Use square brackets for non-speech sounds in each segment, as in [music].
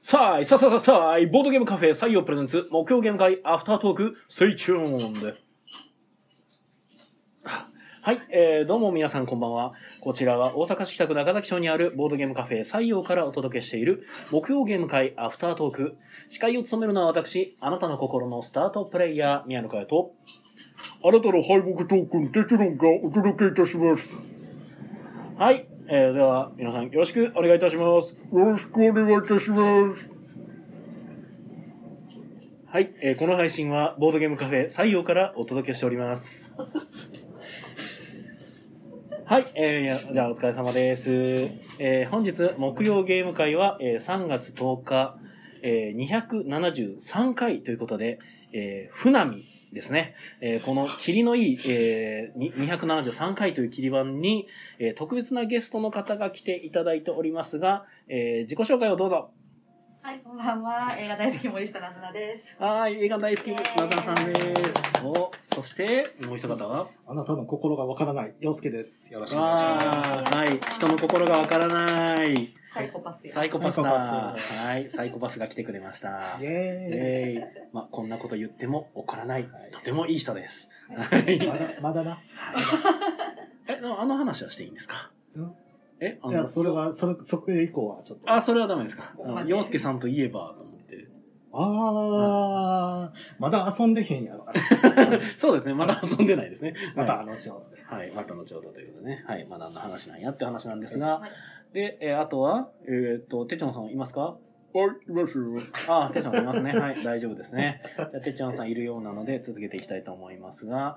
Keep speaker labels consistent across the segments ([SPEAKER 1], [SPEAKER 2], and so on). [SPEAKER 1] さあ、さあさあさあ、ボードゲームカフェ採用プレゼンツ、目標ゲーム会アフタートーク、Stay tuned! はい、えー、どうも皆さんこんばんは。こちらは大阪市北区中崎町にあるボードゲームカフェ採用からお届けしている木曜ゲーム会アフタートーク。司会を務めるのは私、あなたの心のスタートプレイヤー、宮野佳代と、あなたの敗北トークン、結論がお届けいたします。はい、えー、では皆さんよろしくお願いいたします。よろしくお願いいたします。はい、えー、この配信はボードゲームカフェ採用からお届けしております。はい、えーいや、じゃあお疲れ様です。えー本日、木曜ゲーム会は、えー3月10日、えー273回ということで、えー、船見ですね。えーこの霧のいい、えーに273回という霧版に、えー特別なゲストの方が来ていただいておりますが、えー自己紹介をどうぞ。
[SPEAKER 2] はい、こんばんは。映画大好き森下なずなです。
[SPEAKER 1] はい、映画大好き、なずなさんです。お、そして、もう一方は
[SPEAKER 3] あなたの心がわからない、洋介です。よろしくお願いし
[SPEAKER 1] わ
[SPEAKER 3] ます。
[SPEAKER 1] ーはい、人の心がわからない。
[SPEAKER 2] サイコパスや。
[SPEAKER 1] サイコパスだ。
[SPEAKER 3] サイコパス
[SPEAKER 1] はい、サイコパスが来てくれました
[SPEAKER 3] イ。エ
[SPEAKER 1] えいまあ、こんなこと言っても怒らない。
[SPEAKER 3] い
[SPEAKER 1] とてもいい人です。
[SPEAKER 3] ーイ。まだ、まだな。
[SPEAKER 1] え、でもあの話はしていいんですか
[SPEAKER 3] うん
[SPEAKER 1] え、あ
[SPEAKER 3] いや、
[SPEAKER 1] の、
[SPEAKER 3] それは、それ、そこ以降はちょっと。
[SPEAKER 1] あ、それはダメですか
[SPEAKER 2] ここ
[SPEAKER 1] あ
[SPEAKER 2] ま
[SPEAKER 1] の
[SPEAKER 2] で
[SPEAKER 1] 洋介さんといえば、と思って。
[SPEAKER 3] あー、まだ遊んでへんや
[SPEAKER 1] [laughs]
[SPEAKER 3] ろ。あれ
[SPEAKER 1] そうですね、まだ遊んでないですね。
[SPEAKER 3] また
[SPEAKER 1] は
[SPEAKER 3] あの仕事で。
[SPEAKER 1] い、はい、また後ほどということでね。はい、まだの話なんやって話なんですが
[SPEAKER 2] はい。
[SPEAKER 1] で、えーあとは、えーっと、てちょんさんいますかはい、いますよ。あー、てちょんいますね。はい、大丈夫ですね。じゃあてちょんさんいるようなので続けていきたいと思いますが、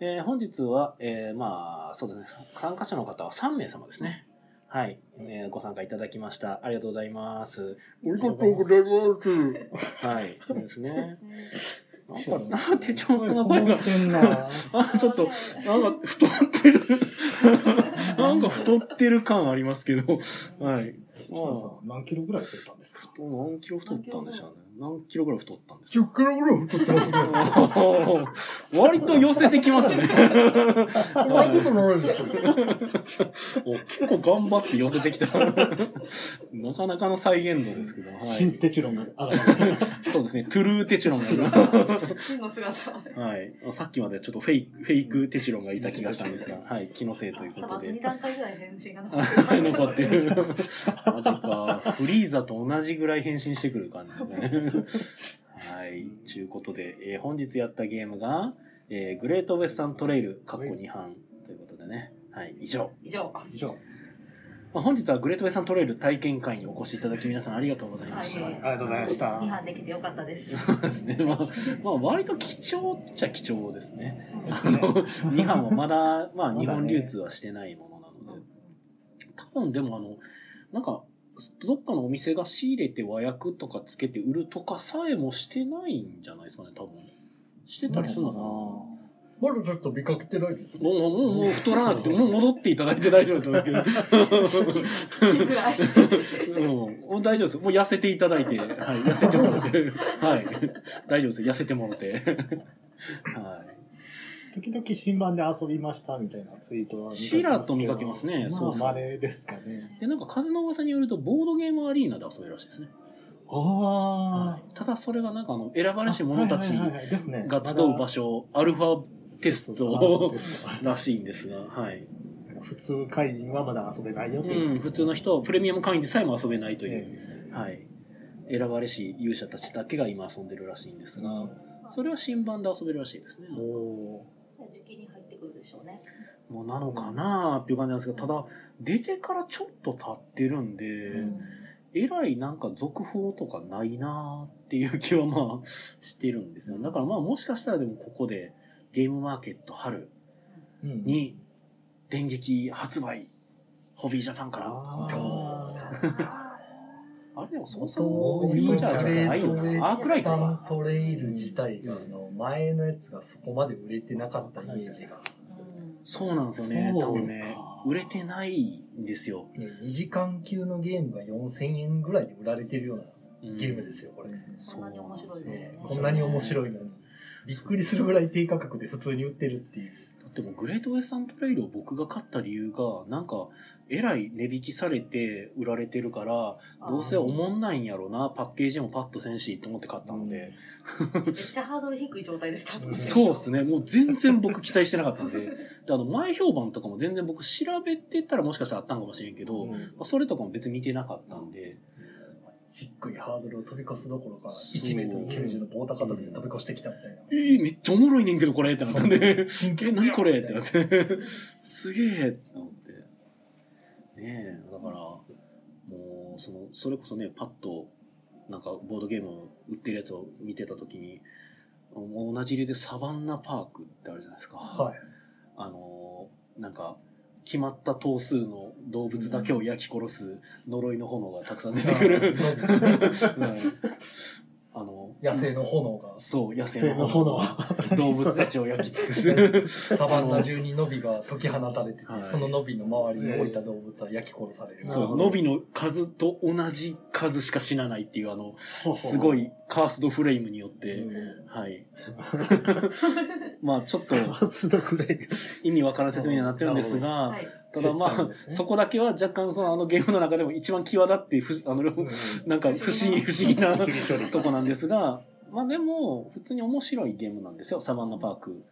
[SPEAKER 1] えー本日は、えーまあ、そうですね、参加者の方は3名様ですね。はい、えーご参加いただきました。ありがとうございます。あり
[SPEAKER 3] がとうござい
[SPEAKER 1] ます。はい、そうです [laughs] ね。なんか、あー、てちょんさんの声が
[SPEAKER 3] 困っ、てんな。
[SPEAKER 1] あー、ちょっと、なんか太ってる。なんか太ってる感ありますけど。はい。ま
[SPEAKER 3] 北野さ
[SPEAKER 1] あ
[SPEAKER 3] ん、何キロぐらい増えたんですか
[SPEAKER 1] 何キロ太ったんでしょうね。何キロぐらい太ったんですか
[SPEAKER 3] 10キロぐらい太ったんですよ。
[SPEAKER 1] 割と寄せてきましたね。
[SPEAKER 3] そんなことないですよ。
[SPEAKER 1] お結構頑張って寄せてきた。なかなかの再現度ですけど。は
[SPEAKER 3] 新
[SPEAKER 1] い、
[SPEAKER 3] テチロンが現れた。
[SPEAKER 1] そうですね。トゥルーテチロンがいる。は
[SPEAKER 2] 真の姿を。
[SPEAKER 1] い。さっきまでちょっとフェイク、フェイクテチロンがいた気がしたんですが、はい。気のせいというこ
[SPEAKER 2] 多
[SPEAKER 1] と
[SPEAKER 2] 分
[SPEAKER 1] で。
[SPEAKER 2] 二段階ぐらい返信が残ってます
[SPEAKER 1] 残ってる。 [laughs] マジか。フリーザと同じぐらい変身してくる感じですね。はい。ちゅうことで、えー本日やったゲームが、えーグレートウェスタントレイル、カッコ2版ということでね。はい、以上。
[SPEAKER 2] 以上。
[SPEAKER 1] [laughs]
[SPEAKER 3] 以上。はい
[SPEAKER 1] まあ、本日はグレートウェスタントレイル体験会にお越しいただき皆さんありがとうございまし
[SPEAKER 2] は
[SPEAKER 1] た。
[SPEAKER 3] ありがとうございました
[SPEAKER 2] 違。反できてよかったです。
[SPEAKER 1] そうですね。まあ、まあ、割と貴重っちゃ貴重です
[SPEAKER 2] [laughs]
[SPEAKER 1] ね。あの、
[SPEAKER 3] ね
[SPEAKER 1] 2版はまだ、まあ、
[SPEAKER 3] まだね
[SPEAKER 1] 日本流通はしてないものなので。多分でもあのなんかどっかのお店が仕入れて和訳とかつけて売るとかさえもしてないんじゃないですかね多分してたりするのかなも
[SPEAKER 3] まだちょっと見かけてないです
[SPEAKER 1] う。もうもうもう太らなくてもう戻っていただいて大丈夫だと思うんです
[SPEAKER 2] 聞きづらい。
[SPEAKER 1] けど、うん、もう大丈夫ですもう痩せていただいて、はい、痩せてもらって、はい、大丈夫です痩せてもらって、はい
[SPEAKER 3] 時々新版で遊びましたみたいなツイートは
[SPEAKER 1] ちらっと見かけますねそ
[SPEAKER 3] そうう
[SPEAKER 1] そう
[SPEAKER 3] まあ、稀ですかね。
[SPEAKER 1] でなんか風の噂によるとボードゲームアリーナで遊べるらしいですね、
[SPEAKER 3] あ
[SPEAKER 1] は
[SPEAKER 3] あ
[SPEAKER 1] い、。ただそれがなんかあの選ばれし者たち
[SPEAKER 3] はいはいはいはいですね
[SPEAKER 1] が集う場所、アルファテス
[SPEAKER 3] そうそう
[SPEAKER 1] ト
[SPEAKER 3] テスト
[SPEAKER 1] らしいんですが、はい。
[SPEAKER 3] 普通会員はまだ遊べないよってい
[SPEAKER 1] う
[SPEAKER 3] う
[SPEAKER 1] ん、普通の人はプレミアム会員でさえも遊べないという、
[SPEAKER 3] え
[SPEAKER 1] はい。選ばれし勇者たちだけが今遊んでるらしいんです
[SPEAKER 3] え
[SPEAKER 1] が、それは新版で遊べるらしいですね。
[SPEAKER 3] お
[SPEAKER 2] 時期に入ってくるでしょうね。
[SPEAKER 1] もうなのかなっていう感じなんですけど、ただ、出てからちょっと経ってるんで、
[SPEAKER 2] うん
[SPEAKER 1] えらいなんか続報とかないなーっていう気はまあしてるんですよ。だからまあもしかしたらでもここでゲームマーケット春
[SPEAKER 3] ーうん
[SPEAKER 1] に電撃発売、ホビージャパンから。
[SPEAKER 3] あー
[SPEAKER 1] あれでもそもそも
[SPEAKER 4] そう
[SPEAKER 1] オ
[SPEAKER 4] い
[SPEAKER 1] リジ
[SPEAKER 4] うチ
[SPEAKER 1] ャー
[SPEAKER 4] ャ
[SPEAKER 1] じゃな
[SPEAKER 4] レ
[SPEAKER 1] い
[SPEAKER 4] ー
[SPEAKER 1] よ
[SPEAKER 4] トウ
[SPEAKER 1] な。アークラ
[SPEAKER 4] ェ
[SPEAKER 1] イ
[SPEAKER 4] ス
[SPEAKER 1] ト
[SPEAKER 4] タ
[SPEAKER 1] か。
[SPEAKER 4] ントレイル自体が、あの、前のやつがそこまで売れてなかったイメージが。
[SPEAKER 1] そうなんですよね。
[SPEAKER 3] そうか
[SPEAKER 1] 多分ね、売れてないんですよ。
[SPEAKER 4] ね2時間級のゲームが4000円ぐらいで売られてるような
[SPEAKER 1] うん
[SPEAKER 4] ゲームですよ、これ。ね
[SPEAKER 2] そんなに面白いの
[SPEAKER 1] そうなんですよ
[SPEAKER 2] ね。
[SPEAKER 4] こんなに面白いのに。びっくりするぐらい低価格で普通に売ってるっていう。
[SPEAKER 1] でもグレートウェスタントレイルを僕が買った理由がなんかえらい値引きされて売られてるからどうせおもんないんやろなパッケージもパッとせんしと思って買ったので、
[SPEAKER 2] めっちゃハードル低い状態でした。
[SPEAKER 3] うん
[SPEAKER 1] そうですねもう全然僕期待してなか [laughs] ったんでであの前評判とかも全然僕調べてたらもしかしたらあったんかもしれんけど、ま
[SPEAKER 3] うん
[SPEAKER 1] あそれとかも別に見てなかったんで、
[SPEAKER 4] 低いハードルを飛び越すどころか、
[SPEAKER 1] そう
[SPEAKER 4] 1メートル90の棒高跳びで飛び越してきたみたいな。
[SPEAKER 1] えー、めっちゃおもろいねんけどこれってなったんで
[SPEAKER 4] 真
[SPEAKER 1] え、何これってなって。 [laughs] すげえってなって。ねえ、だから、もう、その、それこそね、パッと、なんか、ボードゲームを売ってるやつを見てたときに、もう同じ理由でサバンナパークってあるじゃないですか。
[SPEAKER 4] はい。
[SPEAKER 1] あのー、なんか、決まった頭数の動物だけを焼き殺す呪いの炎がたくさん出てくる。 [laughs] うんあの、
[SPEAKER 4] 野生の炎が、
[SPEAKER 1] そう、野生
[SPEAKER 3] 性
[SPEAKER 1] の
[SPEAKER 3] の
[SPEAKER 1] 炎 [laughs]
[SPEAKER 3] 炎。
[SPEAKER 1] 動物たちを焼き尽くす。 [laughs]
[SPEAKER 4] サバンナ中にノビが解き放たれてて
[SPEAKER 1] はい、
[SPEAKER 4] そのノビの周りに置いた動物は焼き殺される。
[SPEAKER 1] そう、
[SPEAKER 3] な
[SPEAKER 1] 伸
[SPEAKER 3] るほど
[SPEAKER 1] びの数と同じ数しか死なないっていう、あの、すご
[SPEAKER 3] い。
[SPEAKER 1] いカーストフレイムによって、
[SPEAKER 4] うん
[SPEAKER 1] はい。まあ、ちょっと
[SPEAKER 3] カスドフレイム
[SPEAKER 1] 意味わからん説明にはなってるんですが
[SPEAKER 2] は、い。
[SPEAKER 1] ただま
[SPEAKER 4] [laughs] なる
[SPEAKER 1] あ
[SPEAKER 4] ほど、
[SPEAKER 1] [laughs] そこだけは若干、その、あのゲームの中でも一番際立って不思、 [laughs] あの、なんか不思議、不思議な [laughs]
[SPEAKER 3] 処理処理
[SPEAKER 1] とこなんですが、まあでも、普通に面白いゲームなんですよ、サバンナパーク。
[SPEAKER 4] うん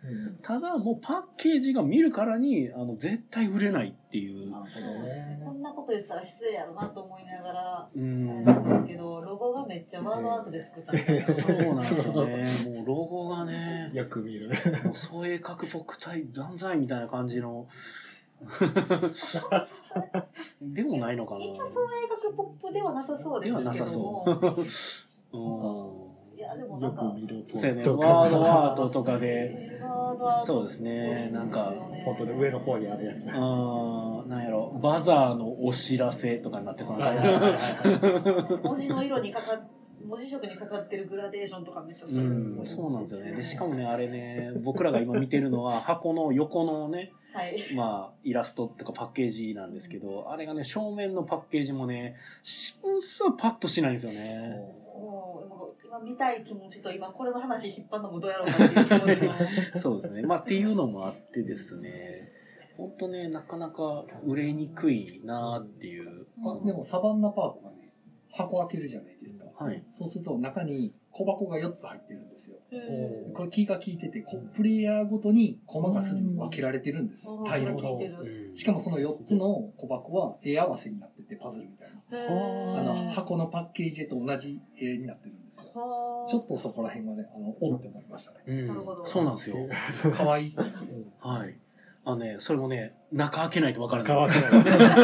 [SPEAKER 1] ただ、もうパッケージが見るからに、あの、絶対売れないっていう。
[SPEAKER 4] なるほどね
[SPEAKER 2] こんなこと言ったら失礼やろなと思いながら、
[SPEAKER 1] う
[SPEAKER 2] あ
[SPEAKER 1] ん
[SPEAKER 2] れ。なんですけど、ロゴがめっちゃワードアートで作ったんです
[SPEAKER 1] そ
[SPEAKER 2] よ。
[SPEAKER 1] うなんですよね。もうロゴがね、
[SPEAKER 3] よく見る。
[SPEAKER 1] もう創英各国対断罪みたいな感じの。でもないのかな。
[SPEAKER 2] 一応、そう映画ポップではなさそうで
[SPEAKER 1] で
[SPEAKER 2] すけ
[SPEAKER 1] は
[SPEAKER 2] ども。
[SPEAKER 1] なさそう。う
[SPEAKER 2] い
[SPEAKER 1] ん。
[SPEAKER 2] や、でもな
[SPEAKER 3] よ
[SPEAKER 2] ん
[SPEAKER 3] く
[SPEAKER 2] か、
[SPEAKER 3] 見る
[SPEAKER 1] そうやね。
[SPEAKER 3] とか
[SPEAKER 1] ワードアートとかで。
[SPEAKER 2] ワードアート
[SPEAKER 1] そうですねなんか
[SPEAKER 3] 本当に上の方にあるやつ。
[SPEAKER 1] うん、なんやろ。バザーのお知らせとかになってそうな
[SPEAKER 3] はい
[SPEAKER 1] 感
[SPEAKER 3] は
[SPEAKER 1] じ
[SPEAKER 3] いはいは
[SPEAKER 2] 文字の色
[SPEAKER 3] い
[SPEAKER 2] にかかっ文字色にかかってるグラデーションとかめっちゃする、
[SPEAKER 1] うん、そうなんですよね。で、しかもね、あれね、僕らが今見てるのは箱の横のね、
[SPEAKER 2] はい
[SPEAKER 1] まあ、イラストとかパッケージなんですけど、あれがね、正面のパッケージもね、しものすごいパッとしないんですよね。
[SPEAKER 2] もう今見たい気持ちと今これの話引っ張るのもどうやろうかっていう気持ち
[SPEAKER 1] [laughs]
[SPEAKER 2] が
[SPEAKER 1] そうですね。まあ、っていうのもあってですね、ほんとね、なかなか売れにくいなっていう。その
[SPEAKER 4] あでも、サバンナパークはね、箱開けるじゃないですか。
[SPEAKER 1] はい。
[SPEAKER 4] そうすると中に小箱が4つ入ってるんですよ。
[SPEAKER 2] うん
[SPEAKER 4] これ気が利いてて、こプレイヤーごとに細かすでに分けられてるんですよ
[SPEAKER 2] お。ー
[SPEAKER 4] タイル
[SPEAKER 2] それ聞いて
[SPEAKER 4] が。
[SPEAKER 2] る
[SPEAKER 4] しかもその4つの小箱は絵合わせになっててパズルみたいな。
[SPEAKER 2] へー
[SPEAKER 3] あ
[SPEAKER 4] あの箱のパッケージ絵と同じ絵になってるんですよ。
[SPEAKER 2] はー
[SPEAKER 4] ちょっとそこら辺はね、あの、おって思いましたね。
[SPEAKER 1] うん
[SPEAKER 2] なるほど
[SPEAKER 1] そうなんですよ。
[SPEAKER 4] 可愛い。
[SPEAKER 1] はい。あのね、それもね、中開けないとわからない
[SPEAKER 3] 変
[SPEAKER 1] ん
[SPEAKER 3] わ
[SPEAKER 1] で
[SPEAKER 3] っ
[SPEAKER 1] す
[SPEAKER 3] て
[SPEAKER 1] よ。
[SPEAKER 3] ない
[SPEAKER 4] ま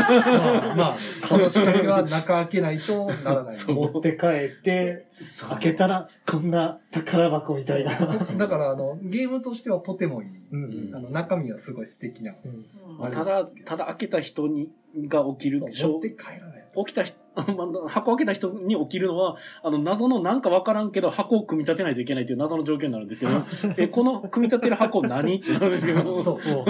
[SPEAKER 4] あ、まあ、その仕掛けは中開けないとならない。
[SPEAKER 1] そう
[SPEAKER 3] 持って帰 [laughs] って、
[SPEAKER 1] [laughs] そう
[SPEAKER 3] 開けたらこんな宝箱みたいな。
[SPEAKER 4] だから、あの、ゲームとしてはとてもいい。
[SPEAKER 3] うん
[SPEAKER 4] あの、中身はすごい素敵な。
[SPEAKER 3] うん
[SPEAKER 2] うん
[SPEAKER 1] まあただ、ただ開けた人に、が起きる、
[SPEAKER 4] そう持って帰らない。
[SPEAKER 1] 起きた人、 [laughs] あの箱を開けた人に起きるのは、あの、謎のなんかわからんけど、箱を組み立てないといけないという謎の条件になるんですけど、え、この組み立てる箱何ってなるんですけ [laughs] ど、
[SPEAKER 4] そう。
[SPEAKER 1] そ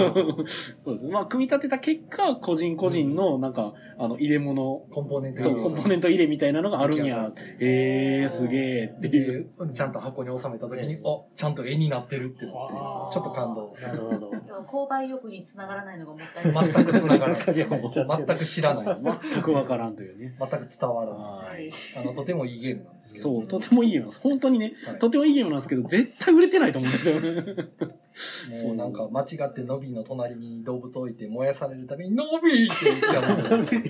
[SPEAKER 1] うです。まあ、組み立てた結果、個人個人の、なんか、あの、入れ物、
[SPEAKER 4] コンポーネント
[SPEAKER 1] そう、コンポーネント入れみたいなのがあるんや。えー、すげーっていう。
[SPEAKER 4] で、ちゃんと箱に収めた時に、あ、ちゃんと絵になってるってなって、ち
[SPEAKER 3] あ
[SPEAKER 4] ょ
[SPEAKER 3] ー
[SPEAKER 4] っと感動。
[SPEAKER 3] なるほ
[SPEAKER 2] で
[SPEAKER 3] ど。
[SPEAKER 2] も購買欲に繋がらないのがもったいない
[SPEAKER 4] 全く繋がらない。
[SPEAKER 3] 中に入っちゃってる
[SPEAKER 4] 全く知らない。
[SPEAKER 1] [laughs] 全くわからんというね。
[SPEAKER 4] 全く伝わらない。
[SPEAKER 1] は
[SPEAKER 2] はい
[SPEAKER 1] い。
[SPEAKER 4] あの、とてもいいゲームなんですけど。
[SPEAKER 1] そう、とてもいいゲームなんです。本当にね、
[SPEAKER 4] はい
[SPEAKER 1] とてもいいゲームなんですけど、絶対売れてないと思うんですよね。
[SPEAKER 4] もうなんか間違ってノビーの隣に動物置いて燃やされるために、ノビーって言っちゃうんですよ。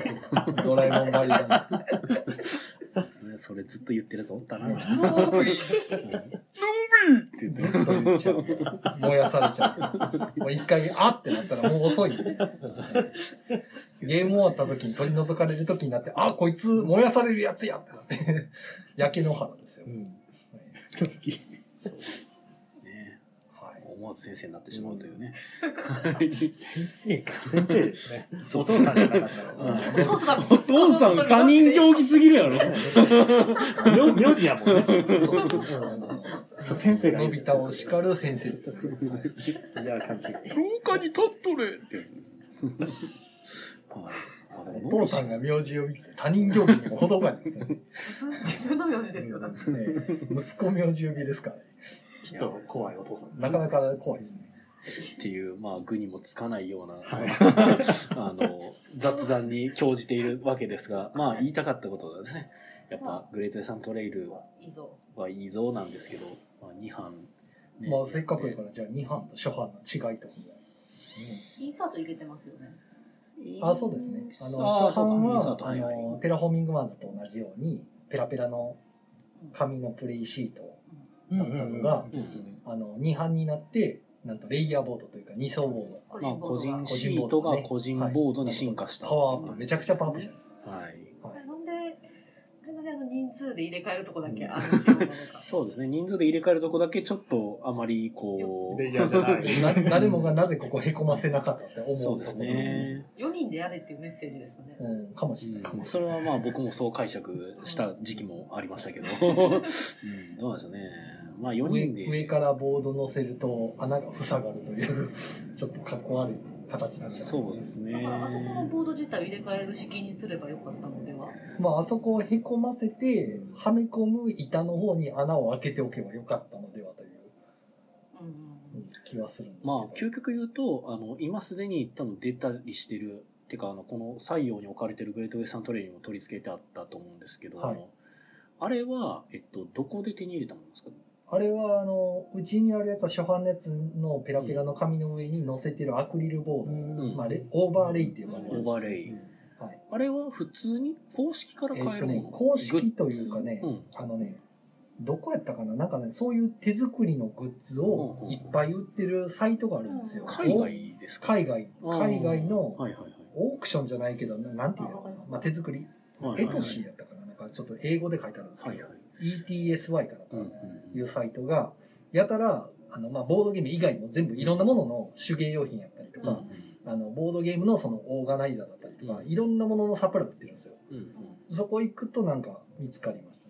[SPEAKER 4] ドラえもんバリバ
[SPEAKER 1] そうですね。それずっと言ってるやつおったな。
[SPEAKER 4] リ
[SPEAKER 1] うん
[SPEAKER 4] に
[SPEAKER 1] っ。
[SPEAKER 4] ノビーって
[SPEAKER 1] て言って
[SPEAKER 4] ずっと言っちゃう。燃やされちゃう。もう一回、あってなったらもう遅いんで。ゲーム終わった時に取り除かれる時になって、あ、こいつ燃やされるやつやってなって。焼け野原ですよ。
[SPEAKER 3] うん
[SPEAKER 1] ね、
[SPEAKER 4] はい。
[SPEAKER 1] 思わず先生になってしまうというね。
[SPEAKER 3] 先生か。先生ですね。
[SPEAKER 1] そ
[SPEAKER 3] お
[SPEAKER 1] う
[SPEAKER 3] 父さんじゃなかった
[SPEAKER 1] うん
[SPEAKER 3] ら。
[SPEAKER 2] お父さん
[SPEAKER 1] お父さん他人行儀すぎるやろ。
[SPEAKER 3] 名名字やもんね。
[SPEAKER 4] そう
[SPEAKER 3] そう先生が言
[SPEAKER 4] の
[SPEAKER 3] う
[SPEAKER 4] び太を叱る先生です。
[SPEAKER 3] そうそうそういや、勘違
[SPEAKER 4] [laughs]
[SPEAKER 3] い。
[SPEAKER 1] 廊下に立っとれってやつですね。はいあで
[SPEAKER 4] お
[SPEAKER 1] も
[SPEAKER 4] 父さんが名字を見て他人行儀にも程がありません
[SPEAKER 2] 自分の名字ですよだ
[SPEAKER 4] [laughs]
[SPEAKER 2] って
[SPEAKER 4] ね息子名字呼びですからね。
[SPEAKER 3] ちょっと怖いお父さん。
[SPEAKER 4] なかな。か怖いですね。
[SPEAKER 1] っていう、まあ、具にもつかないような、
[SPEAKER 3] はい
[SPEAKER 1] [laughs] あの、雑談に興じているわけです
[SPEAKER 4] [laughs]
[SPEAKER 1] が、まあ、言いたかったことはですね、やっぱ、グレートエサントレイル
[SPEAKER 2] いいぞ。
[SPEAKER 1] はいいぞなんですけど、まあ、2班、ね
[SPEAKER 4] まあせっかくやからじゃあ2班と初版の違いとかも、
[SPEAKER 2] インサートいけてますよね。
[SPEAKER 4] あそうですねあの
[SPEAKER 1] ああ
[SPEAKER 4] 初版は
[SPEAKER 1] そうか
[SPEAKER 4] あ
[SPEAKER 1] はいはい
[SPEAKER 4] のテラフォーミングマンだと同じようにペラペラの紙のプレイシートを
[SPEAKER 3] うん
[SPEAKER 1] うん
[SPEAKER 3] ですよね
[SPEAKER 4] あの2版になってなんとレイヤーボードというか2層ボード
[SPEAKER 2] 個
[SPEAKER 1] まあ、
[SPEAKER 2] 人ボ
[SPEAKER 1] 個
[SPEAKER 2] ードが
[SPEAKER 1] 人シートが個人ボードに進化した。
[SPEAKER 4] パワーアップめちゃくちゃパワーアップした、
[SPEAKER 1] はい。
[SPEAKER 4] はい
[SPEAKER 2] なんで、なんであの人数で入れ替えるとこだけ、
[SPEAKER 4] うん
[SPEAKER 2] あの仕様なのか
[SPEAKER 1] そうですね。人数で入れ替えるとこだけちょっとあまりこ
[SPEAKER 3] レイヤーじゃない。
[SPEAKER 4] な [laughs] 誰もがなぜここへこませなかったって思
[SPEAKER 1] う、
[SPEAKER 4] う
[SPEAKER 1] そうですね。
[SPEAKER 2] 4人でやれっていうメッセージですかね
[SPEAKER 4] とこ。ろうん、かもしれない、か
[SPEAKER 1] うん
[SPEAKER 4] もし
[SPEAKER 1] そ
[SPEAKER 4] れ
[SPEAKER 1] れ
[SPEAKER 4] な
[SPEAKER 1] は
[SPEAKER 4] い
[SPEAKER 1] まあ僕もそう解釈した時期もありました
[SPEAKER 4] [laughs]
[SPEAKER 1] けど、うん、どうなんでしょうね。まあ4人で。
[SPEAKER 4] 上上からボード乗せると穴が塞がるという [laughs] ちょっとかっこ悪い形なんじゃないですかね
[SPEAKER 1] そうですね
[SPEAKER 2] だ。から、あそこのボード自体を入れ替える式にすればよかったのでは。
[SPEAKER 4] まああそこをへこませてはめ込む板の方に穴を開けておけばよかったのではという
[SPEAKER 2] うんうん
[SPEAKER 4] う
[SPEAKER 2] うん
[SPEAKER 4] ん気はするんですけど
[SPEAKER 1] まあ究極言うと、あの、今すでに多分出たりしてる、てかあの、この採用に置かれてるグレートウェスタントレイにも取り付けてあったと思うんですけど、
[SPEAKER 4] はい
[SPEAKER 1] あのあれは、えっと、どこで手に入れたものですか
[SPEAKER 4] あれはあのうちにあるやつは初版のやつのペラペラの紙の上に乗せてるアクリルボード、
[SPEAKER 1] うん
[SPEAKER 4] まあ、レオーバーレイって呼ばれるやつ
[SPEAKER 1] オーバーレイ。
[SPEAKER 4] はい
[SPEAKER 1] あれは普通に公式から
[SPEAKER 4] えっと
[SPEAKER 1] 買えるもの、
[SPEAKER 4] ね公式というかね
[SPEAKER 1] グッズうん
[SPEAKER 4] あのねどこやったかななんかねそういう手作りのグッズをいっぱい売ってるサイトがあるんですよ、
[SPEAKER 1] 海外ですか
[SPEAKER 4] 海外海外の
[SPEAKER 1] はいはいはい
[SPEAKER 4] オークションじゃないけどななんていうの
[SPEAKER 2] あわかります
[SPEAKER 4] まあ、手作り
[SPEAKER 1] はいはい
[SPEAKER 4] エ
[SPEAKER 1] はい
[SPEAKER 4] トシーやったかななんかちょっと英語で書いてあるんですけ
[SPEAKER 1] は
[SPEAKER 4] ど、
[SPEAKER 1] いはい
[SPEAKER 4] ETSY か
[SPEAKER 1] うんう
[SPEAKER 4] なんんか
[SPEAKER 1] う
[SPEAKER 4] い
[SPEAKER 1] ん
[SPEAKER 4] うサイトがやたらあの、まあ、ボードゲーム以外も全部いろんなものの手芸用品やったりと
[SPEAKER 1] うん
[SPEAKER 4] か、あのボードゲームのそのオーガナイザーだったりとか、
[SPEAKER 1] うん
[SPEAKER 4] いろんなもののサプライ売ってるんですよ
[SPEAKER 1] うんうん
[SPEAKER 4] そこ行くとなんか見つかりました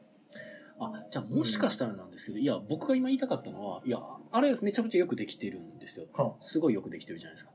[SPEAKER 1] あじゃあもしかしたらなんですけど、いや僕が今言いたかったのはいやあれめちゃめちゃよくできてるんですよ
[SPEAKER 4] は
[SPEAKER 1] すごいよくできてるじゃないですか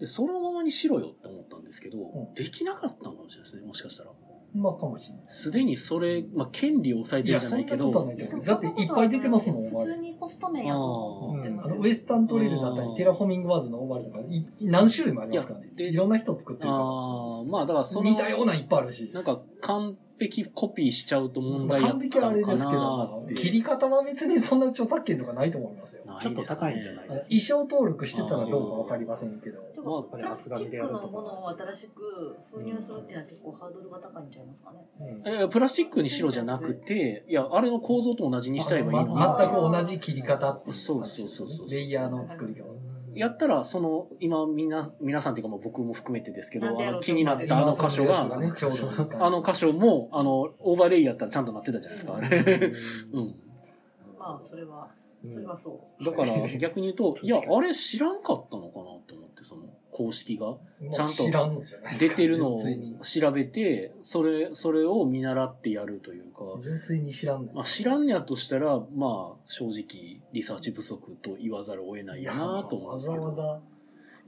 [SPEAKER 1] でそのままにしろよって思ったんですけど、
[SPEAKER 4] ん
[SPEAKER 1] できなかったのかもしれないですねもしかしたら
[SPEAKER 4] あ、まあかもしれない
[SPEAKER 1] すでにそれ、まあ、権利を抑えてるじゃないけ
[SPEAKER 4] いやそん
[SPEAKER 1] ど
[SPEAKER 4] なことはない
[SPEAKER 2] でも
[SPEAKER 4] だっていっぱい出てますもん
[SPEAKER 2] 普通にコスト面やと思って
[SPEAKER 3] うん
[SPEAKER 2] ま
[SPEAKER 4] あ
[SPEAKER 2] す
[SPEAKER 4] の
[SPEAKER 2] よ。
[SPEAKER 4] ウエスタントレールだった
[SPEAKER 1] うん
[SPEAKER 4] りテラフォーミングワーズのオーバールとかい何種類もありますからね
[SPEAKER 1] いやで
[SPEAKER 4] いろんな人作ってるか
[SPEAKER 1] ああまあだから
[SPEAKER 4] ら
[SPEAKER 1] その
[SPEAKER 4] 似たようなんいっぱいあるし
[SPEAKER 1] なんか完璧コピーしちゃうと問
[SPEAKER 4] まあ
[SPEAKER 1] 題や
[SPEAKER 4] 完
[SPEAKER 1] っ
[SPEAKER 4] 璧
[SPEAKER 1] た
[SPEAKER 4] はあれ
[SPEAKER 1] の
[SPEAKER 4] で
[SPEAKER 1] か
[SPEAKER 4] すけ
[SPEAKER 1] な
[SPEAKER 4] ど
[SPEAKER 1] って
[SPEAKER 4] 切り方は別にそんな著作権とかないと思いますよ
[SPEAKER 1] な
[SPEAKER 3] ちょっと
[SPEAKER 1] ですね
[SPEAKER 3] 高いんじゃない
[SPEAKER 4] あの衣装登録してたらどうかわかりませんけど
[SPEAKER 2] で
[SPEAKER 1] まあや
[SPEAKER 2] も
[SPEAKER 1] っ
[SPEAKER 3] ぱ
[SPEAKER 2] プ
[SPEAKER 3] り
[SPEAKER 2] ラスチックのものを新しく封入するっていうのは結構ハードルが高いんちゃいますかね。
[SPEAKER 3] うん
[SPEAKER 1] いやいやプラスチックにしろじゃなくて、いや、あれの構造と同じにしちゃえばいいのに
[SPEAKER 4] ま全く同じ切り方ってい
[SPEAKER 1] そうそうそうそう
[SPEAKER 4] レイヤーの作り方
[SPEAKER 1] やったら、その、今、みんな、皆さんっていうか、もう僕も含めてですけど、
[SPEAKER 2] なんで
[SPEAKER 1] あ
[SPEAKER 2] やろ
[SPEAKER 1] の
[SPEAKER 2] う
[SPEAKER 1] 気になったあの箇所が、
[SPEAKER 4] ねちょうどいい感じ
[SPEAKER 1] あの箇所も、あの、オーバーレイやったらちゃんとなってたじゃないですか、あれ。 [laughs] うん。
[SPEAKER 2] まあそれは、それはそう。
[SPEAKER 1] だから、逆に言うと、いや、あれ知らんかったのかなって思って、その、公式が。ちゃんと
[SPEAKER 4] 知らのじゃないです
[SPEAKER 1] 出
[SPEAKER 4] か
[SPEAKER 1] てるのを
[SPEAKER 4] 純粋に
[SPEAKER 1] 調べて、それ、それを見習ってやるというか。
[SPEAKER 4] 純粋に知らんの
[SPEAKER 1] まあ、知らんやとしたら、まあ、正直、リサーチ不足と言わざるを得ないやなと思うんですけ
[SPEAKER 4] わざ
[SPEAKER 1] ど。
[SPEAKER 4] わ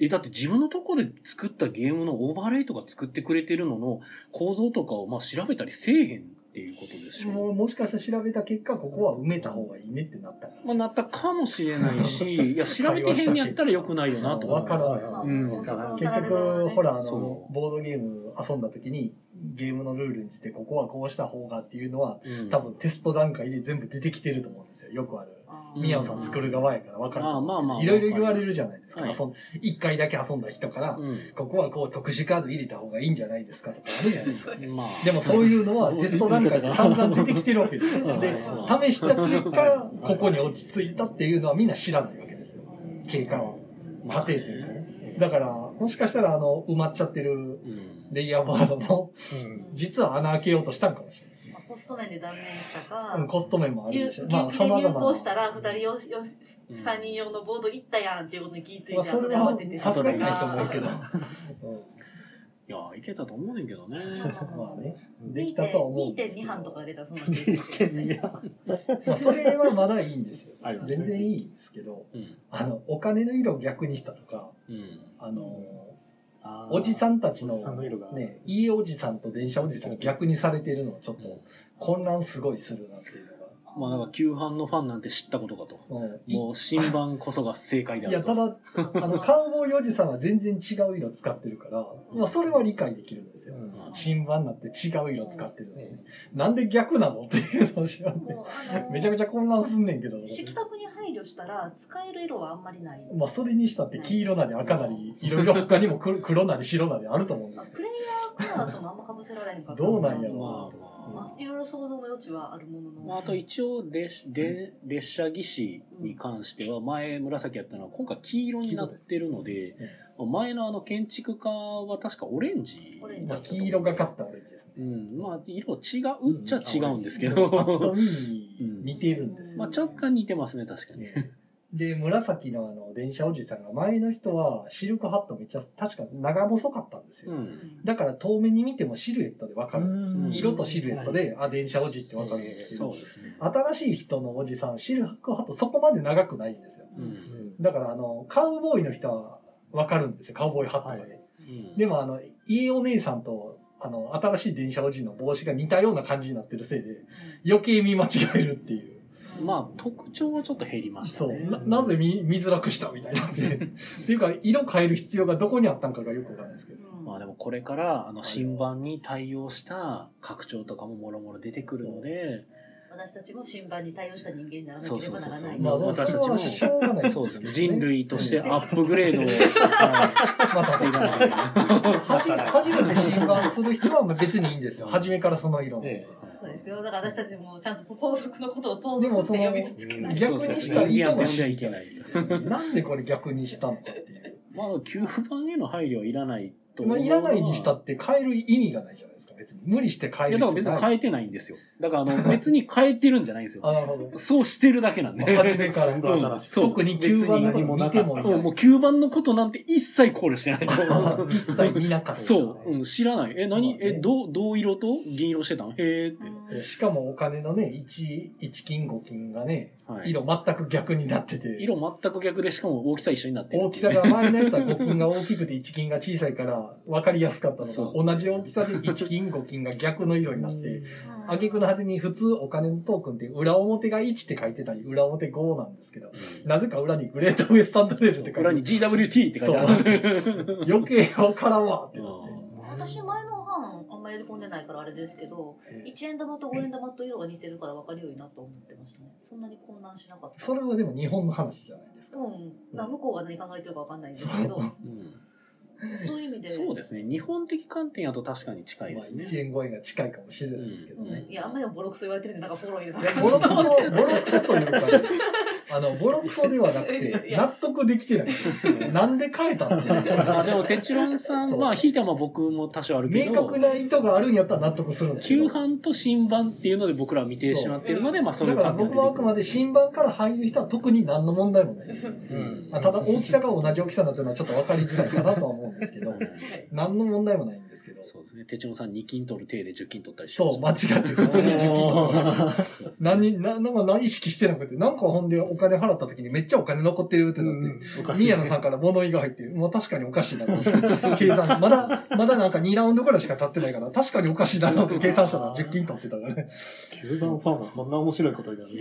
[SPEAKER 1] え、だって自分のとこで作ったゲームのオーバーレイとか作ってくれてるのの構造とかを、まあ、調べたりせえへんっていうことでし
[SPEAKER 4] ざも
[SPEAKER 1] ょ。
[SPEAKER 4] うもしかしたら調べた結果ここは埋めた方がいいねってなった
[SPEAKER 1] まあ、なったかもしれない [laughs] し、いや、調べてへんやったら良くないよなと思
[SPEAKER 4] わ [laughs]
[SPEAKER 1] う。
[SPEAKER 4] からないです
[SPEAKER 2] まあ
[SPEAKER 1] うん
[SPEAKER 2] 大阪の
[SPEAKER 4] 結
[SPEAKER 2] 並べは
[SPEAKER 4] 局
[SPEAKER 2] ね
[SPEAKER 4] ほらあ
[SPEAKER 1] そ
[SPEAKER 4] の
[SPEAKER 1] う
[SPEAKER 4] ボードゲーム遊んだ時にゲームのルールについてここはこうした方がっていうのは
[SPEAKER 1] うん
[SPEAKER 4] 多分テスト段階で全部出てきてると思うんですよよくある
[SPEAKER 2] あー
[SPEAKER 4] 宮野さん作る側やから分かると思うんですけど
[SPEAKER 1] あまあまあ
[SPEAKER 4] いろいろ言われるじゃないですか
[SPEAKER 1] はい
[SPEAKER 4] 遊ん一回だけ遊んだ人から
[SPEAKER 1] うん。
[SPEAKER 4] ここはこう特殊カード入れた方がいいんじゃないですかとかあるじゃないですか
[SPEAKER 1] まあ。
[SPEAKER 4] でもそういうのはテスト段階で散々出てきてるわけで
[SPEAKER 1] [laughs]
[SPEAKER 4] す
[SPEAKER 1] う
[SPEAKER 4] よ。
[SPEAKER 1] ん
[SPEAKER 4] で、試した結果、ここに落ち着いたっていうのはみんな知らないわけですよ。経過は。
[SPEAKER 1] ま
[SPEAKER 4] 過
[SPEAKER 1] あ
[SPEAKER 4] 程というかね。だから、もしかしたら、あの、埋まっちゃってる
[SPEAKER 1] うん。
[SPEAKER 4] レイヤーバードも、
[SPEAKER 3] うん
[SPEAKER 4] 実は穴開けようとしたんかもしれ
[SPEAKER 2] まあコスト面で断念した
[SPEAKER 4] ない。うん、
[SPEAKER 2] か、
[SPEAKER 4] コスト面もある
[SPEAKER 2] 入
[SPEAKER 4] でしょ。
[SPEAKER 2] 現
[SPEAKER 4] まあ、
[SPEAKER 2] 金で
[SPEAKER 4] 様
[SPEAKER 2] 入
[SPEAKER 4] 々
[SPEAKER 2] 行し
[SPEAKER 4] な。
[SPEAKER 2] たら、二人用、よし三人用のボード行ったやんっていうことに気ぃついて、
[SPEAKER 4] まあ、それ
[SPEAKER 2] 後
[SPEAKER 4] は
[SPEAKER 2] で慌てて
[SPEAKER 4] さすがにないと思うけど。
[SPEAKER 2] ま [laughs]
[SPEAKER 1] いや、いけたと思うねんけど [laughs] ね。
[SPEAKER 2] あ
[SPEAKER 4] うんまあね、
[SPEAKER 2] 2.2
[SPEAKER 4] できたとは思うんですけ
[SPEAKER 2] 2.2
[SPEAKER 4] ど
[SPEAKER 2] 班とか出たらそんな気がしますね
[SPEAKER 4] まあ、それはまだいいんですよ。
[SPEAKER 3] ありますね
[SPEAKER 4] 全然いいんですけど、
[SPEAKER 1] うん。
[SPEAKER 4] あの、お金の色を逆にしたとか、
[SPEAKER 1] うん。
[SPEAKER 4] あの、
[SPEAKER 3] あー
[SPEAKER 4] おじさんたちの
[SPEAKER 3] おじさんの色が
[SPEAKER 4] ね、家おじさんと電車おじさんが逆にされているのはちょっと混乱すごいするなっていうのが。
[SPEAKER 1] あまあなんか、旧版のファンなんて知ったことかと。
[SPEAKER 4] うんい
[SPEAKER 1] もう新版こそが正解であ
[SPEAKER 4] いや、
[SPEAKER 1] る
[SPEAKER 4] た
[SPEAKER 1] と。
[SPEAKER 4] だ、
[SPEAKER 2] [laughs]
[SPEAKER 4] あの、カウボーイおじさんは全然違う色使ってるから、まあ、それは理解できるんですよ。
[SPEAKER 3] うん
[SPEAKER 4] 新版になって違う色使ってるのに。なんで逆なのっていうのを知らんで。
[SPEAKER 2] もうあの
[SPEAKER 4] [laughs] めちゃくちゃ混乱すんねんけど。
[SPEAKER 2] 色覚に配慮したら使える色はあんまりない、
[SPEAKER 4] まあ、それにしたって黄色なり赤なり、いろいろ他にも黒黒なり白なりあると思うんです
[SPEAKER 2] プレイヤーカラーともあんまかぶせられへんから
[SPEAKER 4] どうなんやろ
[SPEAKER 1] まあ
[SPEAKER 2] まあいろいろ想像の余地はあるものの、
[SPEAKER 1] まあ、あと一応列で列車技師に関しては前紫やったのは今回黄色になってるので
[SPEAKER 4] 黄色で
[SPEAKER 1] 前のあの建築家は確かオレンジ
[SPEAKER 2] オレン
[SPEAKER 4] け
[SPEAKER 2] ジ
[SPEAKER 4] ど。まあ、黄色がかったオレンジですね。
[SPEAKER 1] うんまあ色違うっちゃ違うんですけ
[SPEAKER 4] パッと
[SPEAKER 1] ど
[SPEAKER 4] 見に似てるんです
[SPEAKER 1] [laughs]
[SPEAKER 4] よ。
[SPEAKER 1] まあ直感似てますね確かに
[SPEAKER 4] で、紫のあの、電車おじさんが、前の人はシルクハットめっちゃ、確か長細かったんですよ。
[SPEAKER 1] うん
[SPEAKER 4] だから遠目に見てもシルエットでわかる。
[SPEAKER 1] うん
[SPEAKER 4] 色とシルエットで、あ、電車おじってわかるんですけど、
[SPEAKER 1] そうですね
[SPEAKER 4] 新しい人のおじさん、シルクハットそこまで長くないんですよ。
[SPEAKER 1] うん
[SPEAKER 4] だからあの、カウボーイの人はわかるんですよ、カウボーイハットがね。
[SPEAKER 3] はい
[SPEAKER 1] うん
[SPEAKER 4] でもあの、家お姉さんと、あの、新しい電車おじの帽子が似たような感じになってるせいで、余計見間違えるっていう。
[SPEAKER 1] まあ特徴はちょっと減りました
[SPEAKER 4] そう。
[SPEAKER 1] ね
[SPEAKER 4] な、なぜ見、見づらくしたみたいなんで。っていうか、色変える必要がどこにあったんかがよくわかんないですけど。
[SPEAKER 2] うん
[SPEAKER 1] まあでもこれからあの新版に対応した拡張とかももろもろ出てくるので
[SPEAKER 2] 私たちも新版に対応した人間にならな
[SPEAKER 1] そう
[SPEAKER 2] けれ
[SPEAKER 1] そ
[SPEAKER 2] ば
[SPEAKER 1] う
[SPEAKER 2] な
[SPEAKER 1] そう
[SPEAKER 2] ら
[SPEAKER 1] そう
[SPEAKER 2] ない
[SPEAKER 1] まあ私たちも
[SPEAKER 4] それはしょうがない。
[SPEAKER 1] そうですね人類としてアップグレードをは
[SPEAKER 4] ま
[SPEAKER 1] いしていかな
[SPEAKER 4] た、
[SPEAKER 1] きゃいけない
[SPEAKER 4] 初め初めて新版する人は別にいいんですよ。初めからその色の。
[SPEAKER 3] え
[SPEAKER 2] そうですよだから私たちもちゃんと盗賊のことを盗
[SPEAKER 4] で
[SPEAKER 2] 賊
[SPEAKER 4] も
[SPEAKER 2] っ
[SPEAKER 4] そ
[SPEAKER 2] て
[SPEAKER 4] の
[SPEAKER 2] 呼びつつけない
[SPEAKER 4] 逆にしたらいいかもしれ
[SPEAKER 1] そう
[SPEAKER 4] な
[SPEAKER 1] そうそう
[SPEAKER 4] いですね。なんでこれ逆にしたのかっていう。
[SPEAKER 1] まあ旧版への配慮はいらないと
[SPEAKER 4] まあ、
[SPEAKER 1] う
[SPEAKER 4] いらないにしたって変える意味がないじゃないですか。別に無理して変え
[SPEAKER 1] いや
[SPEAKER 4] る
[SPEAKER 1] だから別に変えてないんですよだからあの別に変えてるんじゃないんですよ
[SPEAKER 4] あ、なるほど。
[SPEAKER 1] そうしてるだけなん
[SPEAKER 4] ま
[SPEAKER 1] で、
[SPEAKER 4] あ初めから。
[SPEAKER 3] 全部新しい。
[SPEAKER 1] そう
[SPEAKER 4] 特に9番のことも見てもい
[SPEAKER 1] うん、もう9番のことなんて一切考慮してないと
[SPEAKER 4] 一切見なかったですね、
[SPEAKER 1] そう、うん、知らないえ何、えどうどう色と銀色してたのへえって、
[SPEAKER 4] えしかもお金のね、1、1金5金がね、
[SPEAKER 1] はい、
[SPEAKER 4] 色全く逆になってて、
[SPEAKER 1] 色全く逆でしかも大きさ一緒になってる
[SPEAKER 4] 大
[SPEAKER 1] ってい
[SPEAKER 4] きさ
[SPEAKER 1] うね
[SPEAKER 4] が前のやつは5金が大きくて1金が小さいから分かりやすかった
[SPEAKER 1] そ
[SPEAKER 4] の
[SPEAKER 1] う
[SPEAKER 4] が、同じ大きさで1金5金が逆の色になって、挙句の果てに普通お金のトークンって裏表が1って書いてたり、裏表5なんですけど、なぜか裏にグレートウエスタントレールって書
[SPEAKER 1] 裏
[SPEAKER 4] い
[SPEAKER 1] に
[SPEAKER 4] て
[SPEAKER 1] GWT って書いてある
[SPEAKER 4] た。余計わからんわって
[SPEAKER 1] う
[SPEAKER 4] なっ
[SPEAKER 1] ん
[SPEAKER 2] 私前の班あんまりやり込んでないからあれですけど
[SPEAKER 4] て。
[SPEAKER 2] 1円玉と5円玉と色が似てるから分かるようになと思ってましたねそんなに混乱しなかった
[SPEAKER 4] それはでも日本の話じゃないですか。
[SPEAKER 2] うんまあ向こうが何考えてるか分かんないんですけど
[SPEAKER 1] うん
[SPEAKER 2] そういう意味で
[SPEAKER 1] そうですね日本的観点やと確かに近い
[SPEAKER 4] まあ
[SPEAKER 1] ですね、
[SPEAKER 4] 1円5円が近いかもしれないですけど
[SPEAKER 2] う
[SPEAKER 4] ね。
[SPEAKER 2] んいやあんまりもボロクソ言われてるんでなんかフォロー入れ
[SPEAKER 4] い
[SPEAKER 2] な
[SPEAKER 4] や
[SPEAKER 2] か
[SPEAKER 4] ボロク
[SPEAKER 2] った
[SPEAKER 4] ソ、ボロクソというか、
[SPEAKER 1] [laughs]
[SPEAKER 4] ね、あの、ボロクソではなくて、納得できてない。なんで変えたっていう。
[SPEAKER 1] まあでも、テチロンさん、まあ、ひいてはまあ僕も多少あるけ
[SPEAKER 4] 明
[SPEAKER 1] ど
[SPEAKER 4] 確、な意図があるんやったら納得するんですけ
[SPEAKER 1] 旧
[SPEAKER 4] ど。
[SPEAKER 1] 版と新版っていうので僕らは見てしまってるので、まあそうい
[SPEAKER 4] だ
[SPEAKER 1] う
[SPEAKER 4] から
[SPEAKER 1] 観点
[SPEAKER 4] 僕はあくまで新版から入る人は特に何の問題もないです。
[SPEAKER 1] うん
[SPEAKER 4] まあただ大きさが同じ大きさになってるのはちょっと分かりづらいかなとは思うんですけど、何の問題もないんですけど、
[SPEAKER 1] そうですね。テチロンさん2金取る手で10金取ったりして
[SPEAKER 4] そ
[SPEAKER 1] ま
[SPEAKER 4] う、
[SPEAKER 1] す
[SPEAKER 4] 間違って普通に受験
[SPEAKER 1] そうですね
[SPEAKER 4] 何、な、なんか何意識してなくて、なんかほんでお金払った時にめっちゃお金残ってるってなって、宮野さんから物言いが入って、もう確かにおかしいなと思 [laughs] って。計算、まだ、まだなんか2ラウンドくらいしか経ってないから、確かにおかしいなと思って計算したら10金取 [laughs] ってたからね。
[SPEAKER 3] 9番ファンはそんな面白いことになる。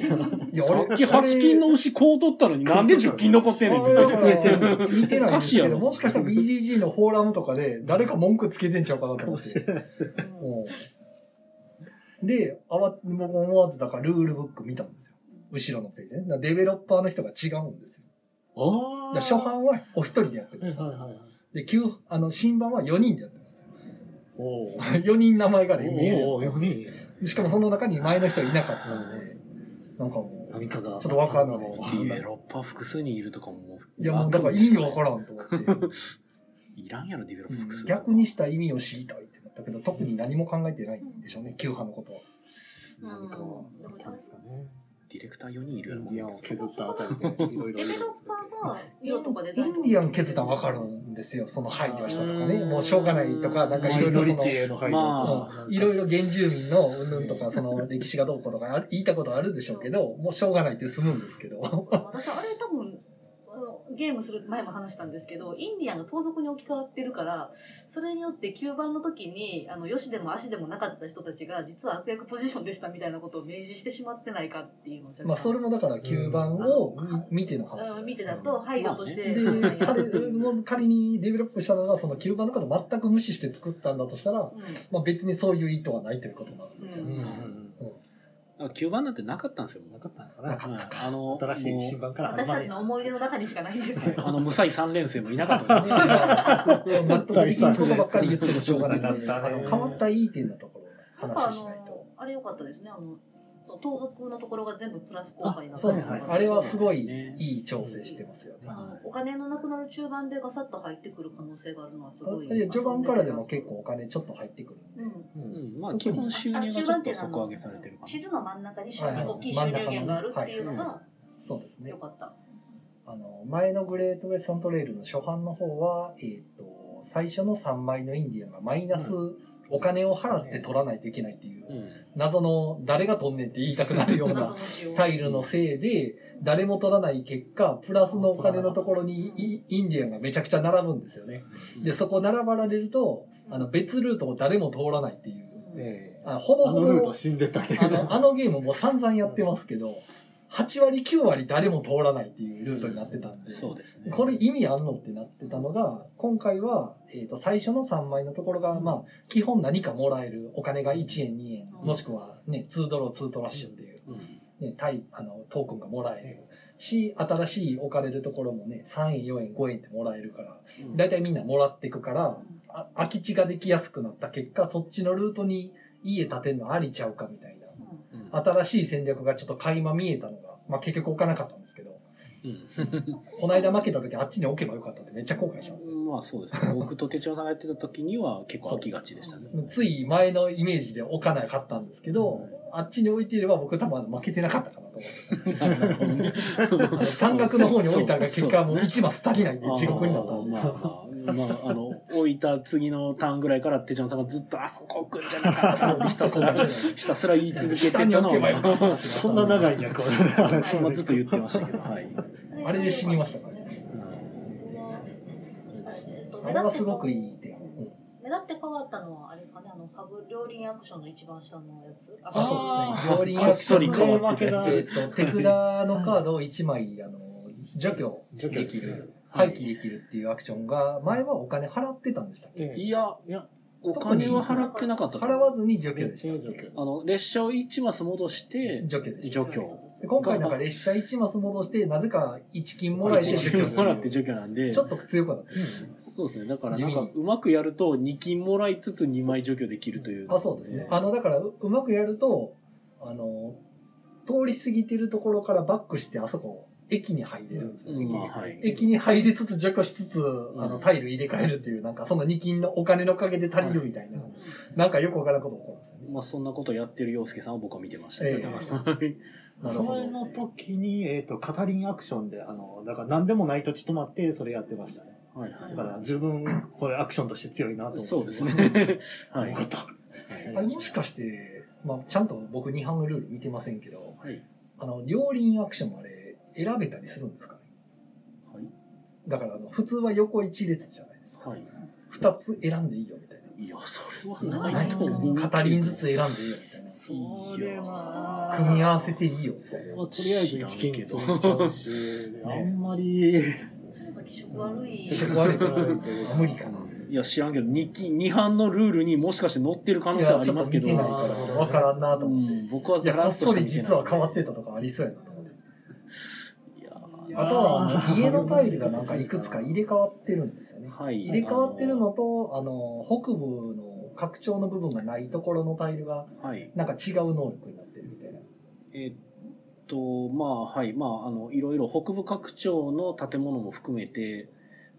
[SPEAKER 4] いや、
[SPEAKER 1] さっき8金の牛こう取ったのになんで10金残ってんねんっつって
[SPEAKER 4] だから [laughs] 見てな
[SPEAKER 1] お
[SPEAKER 4] いんで
[SPEAKER 1] か
[SPEAKER 4] す
[SPEAKER 1] しいや
[SPEAKER 4] け
[SPEAKER 1] ろ
[SPEAKER 4] ど、もしかしたら BGG のフォーラムとかで誰か文句つけてんちゃうかなと思って。うんで、あわ、僕思わずだからルールブック見たんですよ。後ろのページね。だからデベロッパーの人が違うんですよ。
[SPEAKER 3] あ
[SPEAKER 4] だから初版はお一人でやってるん
[SPEAKER 3] は
[SPEAKER 4] で
[SPEAKER 3] い
[SPEAKER 4] す
[SPEAKER 3] はい
[SPEAKER 4] よ。
[SPEAKER 3] はい。
[SPEAKER 4] で、旧、あの、新版は4人でやってますよ。 [laughs]
[SPEAKER 3] おお。
[SPEAKER 4] 4人名前がね、見えるよ
[SPEAKER 3] おお、4人。
[SPEAKER 4] しかもその中に前の人いなかったんで、なんかもう、
[SPEAKER 3] 何かが。
[SPEAKER 4] ちょっとわかんない。
[SPEAKER 1] ディベロッパー複数人いるとかももう
[SPEAKER 4] いや、もうだから意味わからんと思って、
[SPEAKER 1] いらんやろ、ディベロッパー複数。
[SPEAKER 4] 逆にした意味を知りたいってなったけど、特に何も考えてないんでしょうね、旧派のことは。
[SPEAKER 2] うんでも
[SPEAKER 3] そうですかね。
[SPEAKER 1] ディレクター4人いるやろ、
[SPEAKER 3] インディアンを削ったあたりで、いろい
[SPEAKER 2] デ
[SPEAKER 3] ろ。
[SPEAKER 2] ベロッパーが色とかデ
[SPEAKER 4] イ
[SPEAKER 2] ザイン
[SPEAKER 4] ン
[SPEAKER 2] と
[SPEAKER 4] デ
[SPEAKER 2] か
[SPEAKER 4] ィアン削ったらわかるんですよ、その配慮したとかね。
[SPEAKER 1] うん
[SPEAKER 4] もうしょうがないとか、なんか
[SPEAKER 3] マ
[SPEAKER 4] いろいろ
[SPEAKER 3] イノ
[SPEAKER 4] そ
[SPEAKER 3] リ
[SPEAKER 4] の、
[SPEAKER 3] ティへの配
[SPEAKER 1] ま
[SPEAKER 3] 慮
[SPEAKER 4] うんいろ
[SPEAKER 3] い
[SPEAKER 4] いろ原住民のうんぬんとか、その歴史がどうこうとかあ言いたいことあるでしょうけど、もうしょうがないって済むんですけど。
[SPEAKER 2] 私あれ多分あのゲームする前も話したんですけど、インディアンが盗賊に置き換わってるから、それによって吸盤の時に、あの、よしでも足でもなかった人たちが、実は悪役ポジションでしたみたいなことを明示してしまってないかっていうのじゃ
[SPEAKER 4] まあそれもだから吸盤を見ての話、
[SPEAKER 2] 見てだと、配慮として、
[SPEAKER 4] で彼も仮にデベロップしたのがその吸盤のことを全く無視して作ったんだとしたら、
[SPEAKER 2] うん
[SPEAKER 4] まあ、別にそういう意図はないということなんですよ
[SPEAKER 1] う
[SPEAKER 4] [laughs]
[SPEAKER 1] ん
[SPEAKER 4] ね。
[SPEAKER 1] うんうん。吸盤なんてなかったんですよ。
[SPEAKER 3] なかったのか
[SPEAKER 4] な
[SPEAKER 3] な
[SPEAKER 4] かった
[SPEAKER 1] うんあの、
[SPEAKER 3] 新しい
[SPEAKER 1] も
[SPEAKER 3] 新
[SPEAKER 1] う
[SPEAKER 3] 版から
[SPEAKER 2] 私たち
[SPEAKER 3] ま
[SPEAKER 2] の思い出の中にしかないんですよ。
[SPEAKER 1] あ
[SPEAKER 2] [laughs]
[SPEAKER 1] の、無才三連生もいなかったんで
[SPEAKER 4] 納得できないことばっかり言ってもしょうがないんであの変わったいい点のところを話ししないと。
[SPEAKER 2] あれ良かったですね。あの、そう盗賊のところが全部プラス効果になった
[SPEAKER 4] そう
[SPEAKER 2] の
[SPEAKER 4] で
[SPEAKER 2] が
[SPEAKER 4] す
[SPEAKER 3] はい
[SPEAKER 4] ね
[SPEAKER 3] は。い
[SPEAKER 4] あれはすごい
[SPEAKER 1] そうですね
[SPEAKER 4] いい調整してますよね。
[SPEAKER 2] あのお金のなくなる中盤でガサッと入ってくる可能性があるのはすごい。
[SPEAKER 4] で序盤からでも結構お金ちょっと入ってくるんで
[SPEAKER 2] う。ん。
[SPEAKER 3] う
[SPEAKER 1] うんん、まあ基本収入がちょっと底上げされてるか
[SPEAKER 2] 地図の真ん中に収
[SPEAKER 4] はい
[SPEAKER 2] 入
[SPEAKER 4] はい
[SPEAKER 2] 大きい収入源があるっていうの
[SPEAKER 1] は
[SPEAKER 2] が
[SPEAKER 4] そうですね
[SPEAKER 2] 良。かった。
[SPEAKER 4] あの前のグレートウェスタントレールの初版の方は、えっと最初の3枚のインディアンがマイナスお金を払って取らないといけないってい
[SPEAKER 1] な。
[SPEAKER 4] う
[SPEAKER 1] うん。謎
[SPEAKER 4] 謎の誰が取んねんって言いたくなるような
[SPEAKER 2] 謎
[SPEAKER 3] [laughs]
[SPEAKER 2] の字を
[SPEAKER 4] タイルのせいで誰も取らない結果プラスのお金のところにイインディアンがめちゃくちゃ並ぶんですよねでそこ並ばられるとあの別ルートを誰も通らないっていう
[SPEAKER 3] ええ
[SPEAKER 4] あのほぼ
[SPEAKER 3] あ
[SPEAKER 4] ほ
[SPEAKER 3] のルート
[SPEAKER 4] ぼ
[SPEAKER 3] 死んでたけ
[SPEAKER 4] あ
[SPEAKER 3] ど
[SPEAKER 4] のあのゲームも散々やってますけど8割9割誰も通らないっていうルートになってたんで
[SPEAKER 1] そうですね。
[SPEAKER 4] これ意味あんのってなってたのが、今回は、えっ、と、最初の3枚のところが、まあ、基本何かもらえる、お金が1円、2円、
[SPEAKER 2] うん
[SPEAKER 4] もしくはね、2ドロー、2トラッシュっていう、
[SPEAKER 1] うん。
[SPEAKER 4] ね、対、あの、トークンがもらえるし、新しい置かれるところもね、3円、4円、5円ってもらえるから、だいたいみんなもらっていくから、あ空き地ができやすくなった結果、そっちのルートに家建てるのありちゃうかみたいな、
[SPEAKER 1] うん
[SPEAKER 4] 新しい戦略がちょっと垣間見えたのが、まあ結局置かなかったんですけど、
[SPEAKER 1] うん
[SPEAKER 4] この間負けた時あっちに置けばよかったってめっちゃ後悔します。
[SPEAKER 1] まあそうですね。僕と手帳さんがやってた時には結構飽きがちでしたね。
[SPEAKER 4] つい前のイメージで置かなかったんですけど、あっちに置いていれば僕多分あの負けてなかったかなと思って
[SPEAKER 1] なるほどね
[SPEAKER 4] あの山岳の方に置いたが結果もう
[SPEAKER 1] そうそう
[SPEAKER 4] 1マス足りないんで
[SPEAKER 1] あー
[SPEAKER 4] 地獄になったんで、
[SPEAKER 1] まあまあ、まあ、あの、置いた次のターンぐらいから手帳さんがずっとあそこ置くんじゃなかったってひたすら、ひたすら言い続けてた
[SPEAKER 4] 下に
[SPEAKER 1] の
[SPEAKER 4] 置けばよかっ
[SPEAKER 1] は、
[SPEAKER 4] た
[SPEAKER 3] [laughs] そんな長い [laughs] 役割の話
[SPEAKER 1] ま
[SPEAKER 3] ま
[SPEAKER 1] あ
[SPEAKER 3] で
[SPEAKER 1] ずっと言ってましたけど、はい。
[SPEAKER 4] あれで死にましたからねあれはすごくいい点、うん
[SPEAKER 2] 目立って変わったのはあれですかねあのハグ両輪アクションの一番下のやつあ
[SPEAKER 4] あ
[SPEAKER 3] あ
[SPEAKER 4] そうですね
[SPEAKER 1] こっそり変わって
[SPEAKER 3] たやつ
[SPEAKER 4] えっと手札のカードを1枚あの除去
[SPEAKER 3] 除
[SPEAKER 4] で
[SPEAKER 3] 去
[SPEAKER 4] き
[SPEAKER 3] す
[SPEAKER 4] る
[SPEAKER 3] る
[SPEAKER 4] 廃棄できるっていうアクションが前はお金払ってたんでしたっけ
[SPEAKER 3] ええ
[SPEAKER 1] いや、
[SPEAKER 3] いや
[SPEAKER 1] お金は払ってなかったと
[SPEAKER 4] 払
[SPEAKER 1] 思う
[SPEAKER 4] わずに除去でしたっ
[SPEAKER 3] 除
[SPEAKER 4] け
[SPEAKER 3] 去
[SPEAKER 1] あの、列車を1マス戻して、
[SPEAKER 4] 除去でした
[SPEAKER 1] 除去。
[SPEAKER 4] で今回なんか列車1マス戻して、なぜか1金もらえて
[SPEAKER 1] 1金もらって除去なんで
[SPEAKER 4] ち、ょっと強くなってる。
[SPEAKER 1] そうですね。だからなん
[SPEAKER 4] 地味
[SPEAKER 1] か
[SPEAKER 4] に、
[SPEAKER 1] うまくやると2金もらいつつ2枚除去できるという。
[SPEAKER 4] あ、そうですね。あの、だからう、うまくやると、あの、通り過ぎてるところからバックして、あそこ、駅に入れるんですよ
[SPEAKER 1] う
[SPEAKER 4] ね。
[SPEAKER 1] んまあ、はい。
[SPEAKER 4] 駅に入りつつ、除去しつつ、あの、
[SPEAKER 1] うん
[SPEAKER 4] タイル入れ替えるっていう、なんか、その2金のお金のおかげで足りるみたいな、なんかよくわからんことが起こるんですよね。
[SPEAKER 1] まあ、そんなことやってる洋介さんを僕は見てましたけど。
[SPEAKER 4] ええ
[SPEAKER 1] はい
[SPEAKER 4] なる
[SPEAKER 3] そ
[SPEAKER 4] ほど
[SPEAKER 3] れの時に、えっ、と、カタリンアクションで、あの、だから何でもない土地止まって、それやってましたね。
[SPEAKER 1] はい
[SPEAKER 4] [laughs]
[SPEAKER 3] だから十分、これアクションとして強いなと思って。
[SPEAKER 1] そうです。
[SPEAKER 3] [laughs]
[SPEAKER 1] ね。はい。
[SPEAKER 3] よかった。
[SPEAKER 4] あれもしかして、まあ、ちゃんと僕2版のルール見てませんけど、
[SPEAKER 1] はい。はい。
[SPEAKER 4] あの、両輪アクションもあれ、選べたりするんですかねだからあの普通は横一列じゃないですか
[SPEAKER 1] はい。
[SPEAKER 4] 二つ選んでいいよみたい
[SPEAKER 1] いや、それ
[SPEAKER 4] な
[SPEAKER 1] は
[SPEAKER 4] な
[SPEAKER 1] ないいと思うけど。
[SPEAKER 4] 片輪ずつ選んでいいよみ
[SPEAKER 1] それは
[SPEAKER 4] たいな組み合わせていいよみたい
[SPEAKER 3] ま
[SPEAKER 4] な
[SPEAKER 3] あ、とりあえず一金に積んじゃうし、あんまり、
[SPEAKER 2] そういえば気色悪い
[SPEAKER 4] 気色悪いから無理かない
[SPEAKER 1] や、知らんけど、2期、二班のルールにもしかして載ってる可能性はありますけど
[SPEAKER 4] いや、ちょっと見てないから分からんなと
[SPEAKER 1] う
[SPEAKER 4] 思って、
[SPEAKER 1] ん、僕はい
[SPEAKER 4] や
[SPEAKER 1] ザ
[SPEAKER 4] こ
[SPEAKER 1] ラ
[SPEAKER 4] っ
[SPEAKER 1] ッと
[SPEAKER 4] そり実は変わって
[SPEAKER 1] た。
[SPEAKER 4] たとかありそうやなと思って
[SPEAKER 1] いや
[SPEAKER 4] あとはあの家のタイルがなんかいくつか入れ替わってるんですよね
[SPEAKER 1] はい。
[SPEAKER 4] 入れ替わってるのとあの北部の拡張の部分がないところのタイルが
[SPEAKER 1] はい。
[SPEAKER 4] なんか違う能力になってるみたいな
[SPEAKER 1] えっと、まあ、はい。まあ、あの、いろいろ北部拡張の建物も含めて、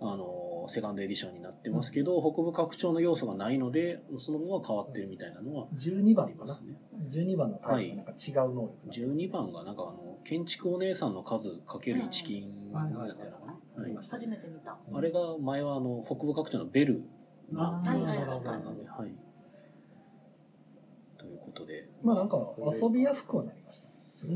[SPEAKER 1] あの、セカンドエディションになってますけど、北部拡張の要素がないので、その分は変わってるみたいなのは
[SPEAKER 4] 12
[SPEAKER 1] あ
[SPEAKER 4] 番
[SPEAKER 1] り
[SPEAKER 4] か
[SPEAKER 1] ま
[SPEAKER 4] な
[SPEAKER 1] すね。
[SPEAKER 4] 12番のタイルがなんか違う能力になってる
[SPEAKER 1] 12番がなんかあの建築お姉さんの数かける1金だったのかな、はい
[SPEAKER 2] 初めて見た
[SPEAKER 1] あれが前はあの北部拡張のベルの
[SPEAKER 3] あー
[SPEAKER 1] 要素だっ
[SPEAKER 2] はい
[SPEAKER 1] た
[SPEAKER 2] はい
[SPEAKER 1] ので、はい、ということで
[SPEAKER 4] まあなんか遊びやすくはなりましたね。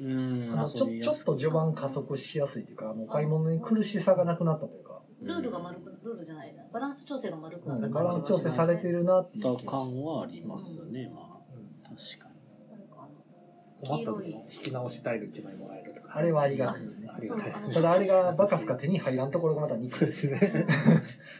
[SPEAKER 3] うん、
[SPEAKER 1] うん、
[SPEAKER 4] あのちょちょっと序盤加速しやすいというかあのお買い物に苦しさがなくなったというか、
[SPEAKER 2] ルールが丸く、ルールじゃないな。バランス調整が丸く
[SPEAKER 4] う
[SPEAKER 2] なった感
[SPEAKER 4] ん、
[SPEAKER 2] じ
[SPEAKER 4] バランス調整されて
[SPEAKER 2] る。
[SPEAKER 4] るなっていう
[SPEAKER 1] と
[SPEAKER 4] 気がし
[SPEAKER 1] 感はありますね、まあ確か
[SPEAKER 2] なんか
[SPEAKER 3] 困った時の引き直しタイル一枚もらえるとか。
[SPEAKER 4] あれはありがたいですね
[SPEAKER 3] ありがたいです
[SPEAKER 2] うん
[SPEAKER 3] ね。
[SPEAKER 4] ただあれがバカすか手に入らんところがまた憎
[SPEAKER 3] そう
[SPEAKER 4] い
[SPEAKER 3] ですね。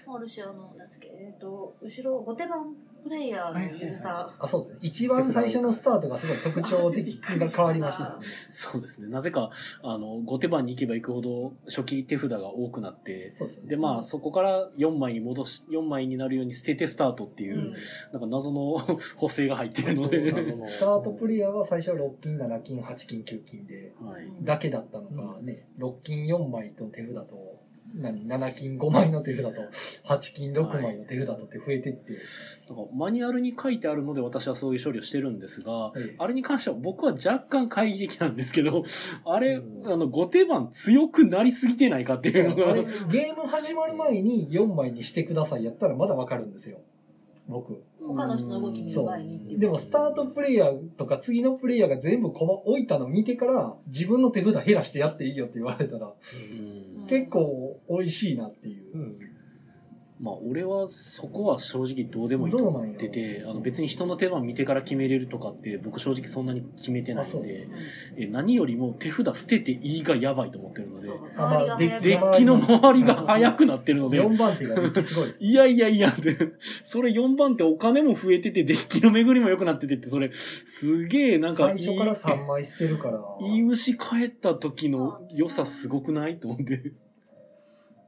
[SPEAKER 2] あのあるし、あの、なんすっけ、えっと、後ろ、後手番プレイヤーのゆるさ。
[SPEAKER 4] あそうですね一番最初のスタートがすごい特徴的が変わりました
[SPEAKER 1] にそうですねなぜかあの後手番に行けば行くほど初期手札が多くなって
[SPEAKER 4] [laughs] そうですね
[SPEAKER 1] でまあそこから4枚に戻し4枚になるように捨ててスタートっていうう、
[SPEAKER 2] ん。
[SPEAKER 1] なんか謎の [laughs] 補正が入ってるので、はい、
[SPEAKER 4] スタートプレイヤーは最初は6金7金8金9金でだけだったのがね、6金4枚の手札と何7金5枚の手札と8金6枚の手札とって増えてって、
[SPEAKER 1] なんかマニュアルに書いてあるので私はそういう処理をしてるんですが
[SPEAKER 4] ええ
[SPEAKER 1] あれに関しては僕は若干懐疑的なんですけど [laughs] あれ、
[SPEAKER 3] うん
[SPEAKER 1] あの後手番強くなりすぎてないかって
[SPEAKER 4] そ
[SPEAKER 1] いううのが
[SPEAKER 4] あれゲーム始まる前に4枚にしてくださいやったらまだわかるんですよ僕
[SPEAKER 2] 他の人の動き見る前にっていう
[SPEAKER 4] でもスタートプレイヤーとか次のプレイヤーが全部駒置いたの見てから自分の手札減らしてやっていいよって言われた
[SPEAKER 1] う
[SPEAKER 4] ら
[SPEAKER 1] ん
[SPEAKER 4] 結構美味しいなっていう、
[SPEAKER 3] うん。
[SPEAKER 1] まあ俺はそこは正直どうでもいいと思ってて
[SPEAKER 4] どうなんやろ
[SPEAKER 1] あの別に人の手番見てから決めれるとかって僕正直そんなに決めてない
[SPEAKER 4] あそ
[SPEAKER 1] ん
[SPEAKER 4] う
[SPEAKER 1] でえ何よりも手札捨てていいがやばいと思ってるので
[SPEAKER 2] そう
[SPEAKER 4] あまあ
[SPEAKER 2] 周りが
[SPEAKER 1] デ
[SPEAKER 2] 早く
[SPEAKER 1] ッキの周りが速くなってるので
[SPEAKER 4] 4番手がめっちゃすごいです
[SPEAKER 1] いやいやいや、で、それ4番ってお金も増えてて、デッキの巡りも良くなっててって、それ、すげえ、なんか
[SPEAKER 4] 最
[SPEAKER 1] いい、
[SPEAKER 4] 初から3枚捨てるから
[SPEAKER 1] いい牛帰った時の良さすごくないと思って。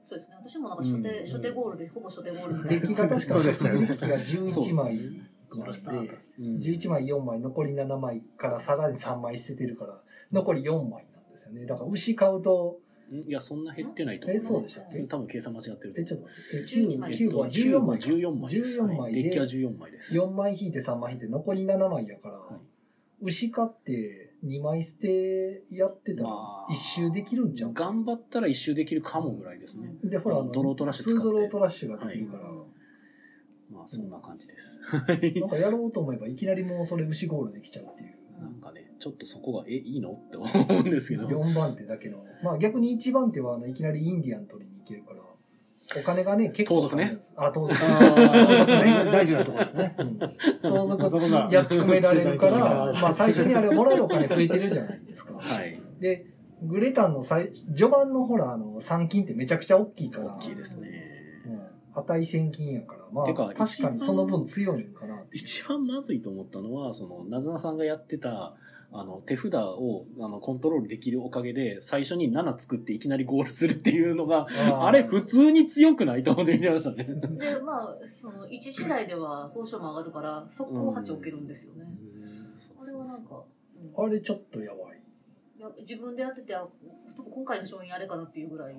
[SPEAKER 2] そうですね。私もなんか初手、
[SPEAKER 1] うん
[SPEAKER 2] 初手ゴールで、ほぼ初手ゴールみた
[SPEAKER 4] デ
[SPEAKER 2] いな
[SPEAKER 4] ッキが確か
[SPEAKER 3] そうでしたよね
[SPEAKER 4] デッキが11枚なんで
[SPEAKER 1] うん
[SPEAKER 4] 11枚4枚残り7枚からさらに3枚捨ててるから残り4枚なんですよねだから牛買うと
[SPEAKER 1] うんいや、そんな減ってないと
[SPEAKER 4] え
[SPEAKER 1] 思
[SPEAKER 4] そうでしたっ
[SPEAKER 1] そ
[SPEAKER 4] け
[SPEAKER 1] れ多分計算間違ってると思
[SPEAKER 4] えちょっと待って
[SPEAKER 2] 11枚
[SPEAKER 1] う。
[SPEAKER 4] 9は14枚か
[SPEAKER 1] 14枚です。
[SPEAKER 4] 14枚で
[SPEAKER 1] デッキは14枚です。
[SPEAKER 4] 4枚引いて3枚引いて残り7枚やから、
[SPEAKER 1] い
[SPEAKER 4] 牛買って2枚捨てやってたら
[SPEAKER 1] まあ
[SPEAKER 4] 1周できるんじゃん、
[SPEAKER 1] 頑張ったら一周できるかもぐらいですね。
[SPEAKER 4] でほらあの
[SPEAKER 1] ドロートラッシュ使って
[SPEAKER 4] 2ドロートラッシュができ
[SPEAKER 2] うん
[SPEAKER 4] るから、
[SPEAKER 1] まあ、そんな感じです。
[SPEAKER 4] なんかやろうと思えばいきなりもうそれ牛ゴールできちゃうっていう
[SPEAKER 1] なんかね、ちょっとそこが、え、いいのって思うんですけど。
[SPEAKER 4] 4番手だけのまあ逆に1番手はあのいきなりインディアン取りに行けるからお金がね結構
[SPEAKER 1] 盗賊ね
[SPEAKER 4] あ [laughs] 盗賊
[SPEAKER 3] ああ、 [laughs] 大事なところですね。
[SPEAKER 4] うん盗
[SPEAKER 3] そこ
[SPEAKER 4] 賊
[SPEAKER 3] そこが
[SPEAKER 4] やっちめられるか
[SPEAKER 3] 自在と
[SPEAKER 1] [laughs]
[SPEAKER 4] ら
[SPEAKER 3] して
[SPEAKER 4] まあ最初にあれもらえるお金増えてるじゃないですか
[SPEAKER 1] はい。
[SPEAKER 4] でグレタンの最序盤のほらあの3金ってめちゃくちゃ大きいから
[SPEAKER 1] 大きいですね。
[SPEAKER 4] うん、値千金やからまあ
[SPEAKER 1] て
[SPEAKER 4] 確
[SPEAKER 1] か
[SPEAKER 4] かにその分強いんかなって
[SPEAKER 1] 一番まずいと思ったのはそのなずなさんがやってたあの手札をあのコントロールできるおかげで最初に7作っていきなりゴールするっていうのがあれ普通に強くないと思って見てましたね。
[SPEAKER 2] で、まあ、その、1次第では、報酬も上がるから、速攻8置けるんですよね。あれはなんか、うん
[SPEAKER 4] あれちょっとやばい
[SPEAKER 2] いや自分でやってて、あ多分今回の勝因あれかなっていうぐらい。
[SPEAKER 4] い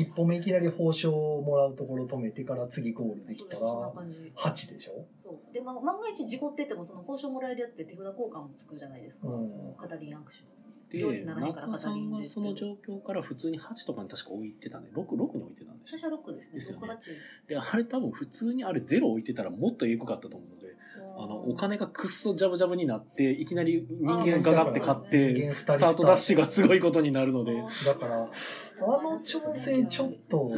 [SPEAKER 4] 一歩目いきなり報奨をもらうところ止めてから次ゴールできたら
[SPEAKER 2] そんな感じ。
[SPEAKER 4] 8でしょ
[SPEAKER 2] そうで、まあ、万が一事故ってても、その報酬もらえるやつって手札交換もつくじゃないですか。
[SPEAKER 4] うん
[SPEAKER 2] カタリンアクション。
[SPEAKER 1] でなずなさんはその状況から普通に8とかに確か置いてたね 6, 6に置いてたんでしょ
[SPEAKER 2] 私はロックですね。
[SPEAKER 1] ですよね
[SPEAKER 2] ロック立ち
[SPEAKER 1] であれ多分普通にあれ0置いてたらもっとえぐかったと思うのであのお金がくっそジャブジャブになっていきなり人間ががって買っ
[SPEAKER 4] 人
[SPEAKER 1] て
[SPEAKER 4] 間二人
[SPEAKER 1] スタートダッシュがすごいことになるので。
[SPEAKER 4] だからあの調整ちょっ
[SPEAKER 1] [laughs]
[SPEAKER 4] と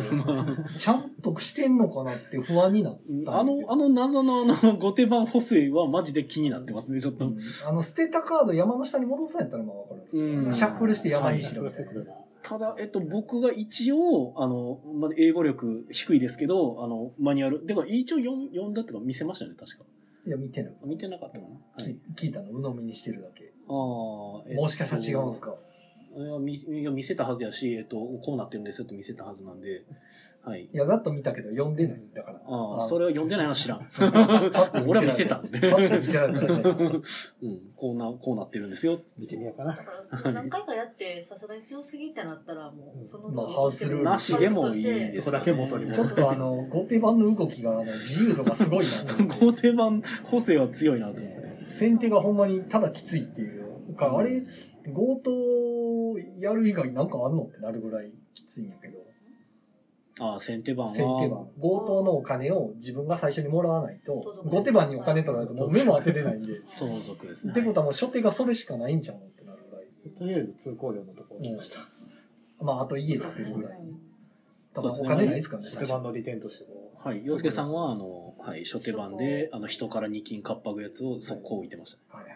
[SPEAKER 4] ちゃんとしてんのかなって不安になっ
[SPEAKER 1] うん
[SPEAKER 4] た
[SPEAKER 1] あの、あの謎のあ [laughs] の、後手番補正はマジで気になってますね、ちょっ
[SPEAKER 4] う
[SPEAKER 1] と
[SPEAKER 4] ん。あの捨てたカード山の下に戻すんやったらまあわかる、
[SPEAKER 1] うん
[SPEAKER 4] シャッフルして山
[SPEAKER 3] 大
[SPEAKER 4] に
[SPEAKER 3] 事
[SPEAKER 4] し
[SPEAKER 3] な
[SPEAKER 4] ろ
[SPEAKER 3] と
[SPEAKER 4] み
[SPEAKER 3] こ
[SPEAKER 4] たいな
[SPEAKER 1] ただ、えっと、僕が一応、あの、まあ、英語力低いですけど、あの、マニュアル。でも、一応読ん読んだっていうか見せましたよね、確か。
[SPEAKER 4] いや見てない
[SPEAKER 1] 見てなかったかな。は
[SPEAKER 4] き
[SPEAKER 1] い。
[SPEAKER 4] 聞いたの鵜呑みにしてるだけ
[SPEAKER 1] ああ、えっと
[SPEAKER 4] もしかしたら違うんですか
[SPEAKER 1] いや見いや見せたはずやし、えっと、こうなってるんですよって見せたはずなんで、はい。
[SPEAKER 4] いやざっと見たけど読んでないんだから
[SPEAKER 1] ああ、それは読んでないのは知らん。
[SPEAKER 4] [laughs]
[SPEAKER 1] [laughs]
[SPEAKER 4] は
[SPEAKER 1] 俺は見せた。 [laughs]
[SPEAKER 4] 見せられた
[SPEAKER 1] うん、こうな、こうなってるんですよ。
[SPEAKER 3] 見てみようかな。
[SPEAKER 2] だから何回かやってさすがに強すぎってなったらもうその
[SPEAKER 4] まあハウスルール
[SPEAKER 1] なしでもいいです、ね。
[SPEAKER 3] そこだけ元に戻
[SPEAKER 4] [laughs] ちょっとあの、後手番の動きが、あの、自由度がすごいなと
[SPEAKER 1] [laughs] 後手番補正は強いなと思って。
[SPEAKER 4] 先手がほんまにただきついっていうか、あれ、強盗やる以外なんかあんのってなるぐらいきついんやけど、
[SPEAKER 1] ああ、先手番は。
[SPEAKER 4] 先手番。強盗のお金を自分が最初にもらわないと、後手番にお金取られるともう目も当てれないんで、
[SPEAKER 1] 盗賊ですね。
[SPEAKER 4] ってことはもう初手がそれしかないんちゃうのってなるぐらい。
[SPEAKER 3] とりあえず通行料のところ
[SPEAKER 4] 思いました。まあ、あと家建てるぐらい。ただ
[SPEAKER 1] そうです
[SPEAKER 4] お
[SPEAKER 1] ね
[SPEAKER 4] 金ないですからね、
[SPEAKER 3] 手番の利点としても。
[SPEAKER 1] はい、洋介さんは、あの、はい、初手番で、あの、人から2金かっぱぐやつを速攻置いてましたね。
[SPEAKER 4] はいはい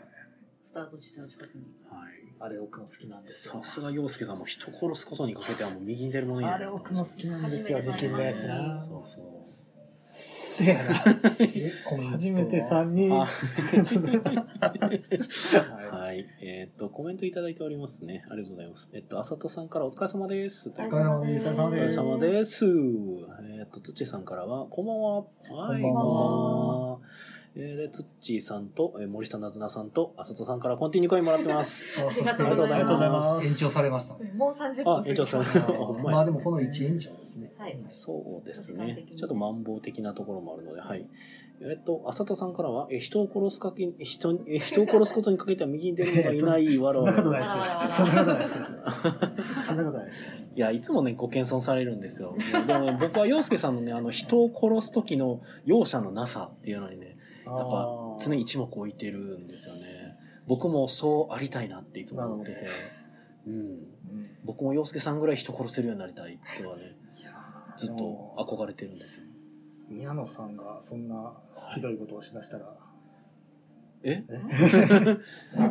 [SPEAKER 2] スタート地点の近くに。
[SPEAKER 1] はい。
[SPEAKER 3] あれ奥も好きなんですよ
[SPEAKER 1] さ。すが洋介さんも人殺すことにかけてはもう右に出るものに
[SPEAKER 3] あれ奥も好きなんですよ、
[SPEAKER 2] 初
[SPEAKER 3] 二
[SPEAKER 2] めて
[SPEAKER 3] 金のやつ
[SPEAKER 2] な
[SPEAKER 3] な。
[SPEAKER 1] そうそう。
[SPEAKER 3] せやな。
[SPEAKER 4] えコメントは
[SPEAKER 3] [laughs] 初めて3人。
[SPEAKER 1] あ
[SPEAKER 3] [laughs] は
[SPEAKER 1] はい。えーっと、コメントいただいておりますね。ありがとうございます。えっと、あさとさんからお疲れ様です。
[SPEAKER 4] お疲れ様です。
[SPEAKER 2] お疲
[SPEAKER 1] お疲れ
[SPEAKER 2] れ
[SPEAKER 1] 様
[SPEAKER 2] 様
[SPEAKER 1] で。
[SPEAKER 2] です
[SPEAKER 1] えっ、と、つっちーさんからは、こんばんは。はい、
[SPEAKER 4] こんばんは
[SPEAKER 1] こんばんは。えー、で、つっちーさんと、えー森下なずなさんと、あさとさんからコンティニューコインもらって
[SPEAKER 4] [laughs]
[SPEAKER 1] ます。
[SPEAKER 4] あそして
[SPEAKER 2] ありがとうございますありがとうご
[SPEAKER 1] ざいます
[SPEAKER 4] 延長されました。
[SPEAKER 2] もう30
[SPEAKER 1] あ
[SPEAKER 2] 分、過
[SPEAKER 1] 延
[SPEAKER 2] ぎて
[SPEAKER 1] 長
[SPEAKER 2] ます
[SPEAKER 1] された。ほんま
[SPEAKER 4] まあ
[SPEAKER 1] や。
[SPEAKER 4] でもこの1延長ですね。
[SPEAKER 2] はい
[SPEAKER 1] そうです
[SPEAKER 2] 時間
[SPEAKER 1] ね
[SPEAKER 2] 的。に
[SPEAKER 1] ちょっと満房的なところもあるので、はい。えっと、あさとさんからは、えー、人を殺すかけ、人に、えー、人を殺すことにかけては右に出る者がいない
[SPEAKER 3] い。
[SPEAKER 1] わらわ
[SPEAKER 4] [laughs]
[SPEAKER 3] そんなこ
[SPEAKER 1] ら
[SPEAKER 3] と。ないですよ。そんなことない [laughs] ですよ。そんなことないですよ。
[SPEAKER 1] [laughs] いや、いつもね、ご謙遜されるんですよ。でもね、僕は洋介さんのね、あの、人を殺す時の容赦のなさっていうのにね、
[SPEAKER 3] や
[SPEAKER 1] やっぱ常に一目置いてるんですよね。僕もそうありたいなっていつも思ってて、うん。
[SPEAKER 4] うん
[SPEAKER 1] 僕も洋介さんぐらい人殺せるようになりたいとはね、ずっと
[SPEAKER 3] あ
[SPEAKER 1] 憧れてるんですよ。
[SPEAKER 3] 宮野さんがそんなひどいことをしだしたら、
[SPEAKER 1] え [laughs]
[SPEAKER 3] え [laughs]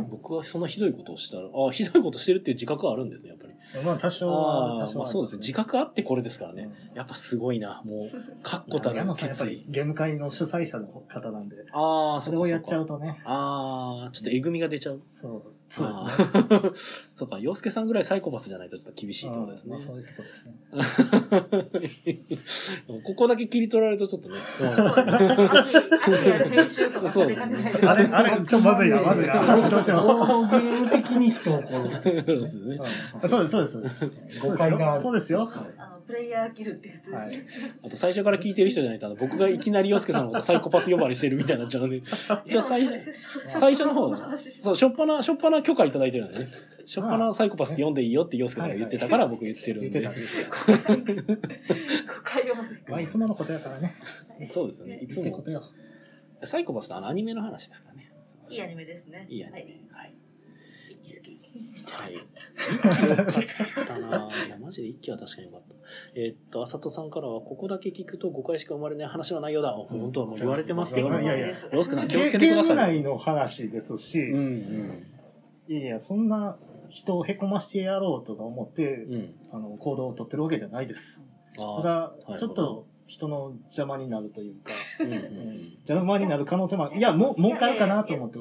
[SPEAKER 1] 僕はそんなひどいことをしたら、あ、ひどいことしてるっていう自覚はあるんですね、やっぱり。
[SPEAKER 3] まあ多少は、
[SPEAKER 1] あ
[SPEAKER 3] 多
[SPEAKER 1] あ、
[SPEAKER 3] 少
[SPEAKER 1] まあそうですね。自覚あってこれですからね。
[SPEAKER 3] ね。
[SPEAKER 1] やっぱすごいな、もう、確固た
[SPEAKER 3] 宮
[SPEAKER 1] る
[SPEAKER 3] 野さんやっぱ
[SPEAKER 1] 決
[SPEAKER 3] り
[SPEAKER 1] 意。
[SPEAKER 3] ゲーム会の主催者の方なんで、
[SPEAKER 1] ああ、
[SPEAKER 3] それをやっちゃ
[SPEAKER 1] と
[SPEAKER 3] うとね、
[SPEAKER 1] ああ、ちょっとえぐみが出ちゃう。
[SPEAKER 3] そう、そうですね。
[SPEAKER 1] あー [laughs] そうか、洋介さんぐらいサイコパスじゃないとちょっと厳しいってことですね
[SPEAKER 3] まあ。そういうとこですね。
[SPEAKER 1] [laughs] ここだけ切り取られるとちょっとね。
[SPEAKER 2] そうですね。
[SPEAKER 3] あれ、あれ、ちょっとまず
[SPEAKER 4] [laughs]
[SPEAKER 3] いな、まずいな。どうし [laughs] よ
[SPEAKER 4] ボードゲーム的に人を殺す。
[SPEAKER 1] そうですね
[SPEAKER 3] う。あ [laughs] そうです、そうです、そうです。
[SPEAKER 4] 誤解がある。
[SPEAKER 3] そうですよ。そうですよ
[SPEAKER 2] あのプレイヤーキルってやつですね。
[SPEAKER 1] [laughs] あと最初から聞いてる人じゃないと、あの僕がいきなり洋介さんのことサイコパス呼ばわりしてるみたいになっちゃうので、一応最初、最初の方だな
[SPEAKER 2] [laughs]
[SPEAKER 1] そう、
[SPEAKER 2] う。
[SPEAKER 1] しょっぱな、しょっぱな許可いただいてるんでね。しょっぱなサイコパスって読んでいいよって洋介さんが言ってたから僕言ってる
[SPEAKER 3] 言
[SPEAKER 1] ん
[SPEAKER 3] って
[SPEAKER 1] で。
[SPEAKER 3] た、言って
[SPEAKER 2] 誤解を。
[SPEAKER 3] た。まあ、いつものことやからね。
[SPEAKER 1] そうですね。いつ
[SPEAKER 3] 言ってこ
[SPEAKER 1] も
[SPEAKER 3] と、よ。
[SPEAKER 1] サイコパスってあのアニメの話ですからね。
[SPEAKER 2] いいアニメですね。
[SPEAKER 1] いいや
[SPEAKER 2] は
[SPEAKER 1] ね。はい。
[SPEAKER 2] 好き。
[SPEAKER 1] はい。一気良かったなぁいや、マジで一気は確かに良かった。えーっと、あさとさんからは、ここだけ聞くと誤解しか生まれない話はないようだ。本当はもう言われてますよ。
[SPEAKER 3] いやいやいや
[SPEAKER 1] ロスケさん、気を
[SPEAKER 3] ゲ
[SPEAKER 1] つけてく
[SPEAKER 3] ー
[SPEAKER 1] だ
[SPEAKER 3] ム
[SPEAKER 1] さい。
[SPEAKER 3] 内の話ですし、
[SPEAKER 1] うんうん。
[SPEAKER 3] いやいや、そんな人をへこましてやろうとか思って、
[SPEAKER 1] うん。
[SPEAKER 3] あの、行動をとってるわけじゃないです。た
[SPEAKER 1] ああ。
[SPEAKER 3] だ
[SPEAKER 1] い、
[SPEAKER 3] ちょっと人の邪魔になるというか、
[SPEAKER 1] うんうん
[SPEAKER 3] 邪魔になる可能性もある、いや、もう、もう一回かなと思って。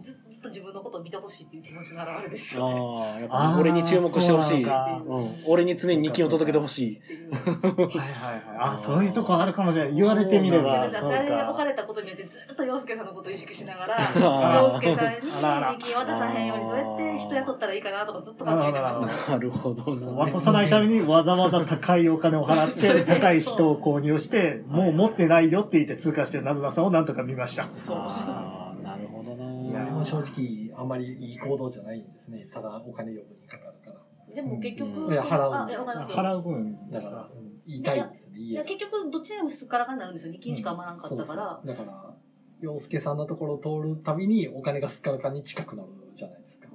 [SPEAKER 2] ずっと自分のことを見てほしいっていう気持ちの表れです
[SPEAKER 1] うん。
[SPEAKER 2] よね。
[SPEAKER 1] ああ、やっぱ俺に注目してほしい。う
[SPEAKER 3] あーそうなのか
[SPEAKER 1] ん。俺に常に2金を届けてほしい。
[SPEAKER 3] はいはいはい。あ、そういうとこあるかもしれない。言われてみれば。
[SPEAKER 2] 私
[SPEAKER 3] そう
[SPEAKER 2] あれが置か
[SPEAKER 3] か。
[SPEAKER 2] れたことによってずっと洋介さんのことを意識しながら
[SPEAKER 1] あ
[SPEAKER 2] 洋
[SPEAKER 1] ー
[SPEAKER 2] 介さんに
[SPEAKER 3] あらあら
[SPEAKER 2] 「金渡さへんようにどうやって人雇ったらいいかな」とかずっと考えてまし
[SPEAKER 3] あ
[SPEAKER 2] た
[SPEAKER 3] ら
[SPEAKER 1] なるほどな。
[SPEAKER 3] 渡さないためにわざわざ高いお金を [laughs] 払って、高い人を購入して、もう持ってないよって言って通過してるなずなさんをなんとか見ました。
[SPEAKER 2] そう
[SPEAKER 1] ああ、なるほど
[SPEAKER 4] いや
[SPEAKER 1] な
[SPEAKER 4] あれも正直、あんまりいい行動じゃないんですね。ただ、お金呼ぶにかかるから。
[SPEAKER 2] でも結局、
[SPEAKER 1] うん
[SPEAKER 4] いや払う
[SPEAKER 2] あいやわかりますよ
[SPEAKER 3] 払う分、
[SPEAKER 4] だから、うん言いたいんですよね。
[SPEAKER 2] い
[SPEAKER 4] 家
[SPEAKER 2] や
[SPEAKER 4] が
[SPEAKER 2] 結局どっちでもすっからかんになるんですよ2金しか余らんかったから、
[SPEAKER 4] そうそうだから、洋介さんのところを通るたびに、お金がすっからかんに近くなるじゃないですか。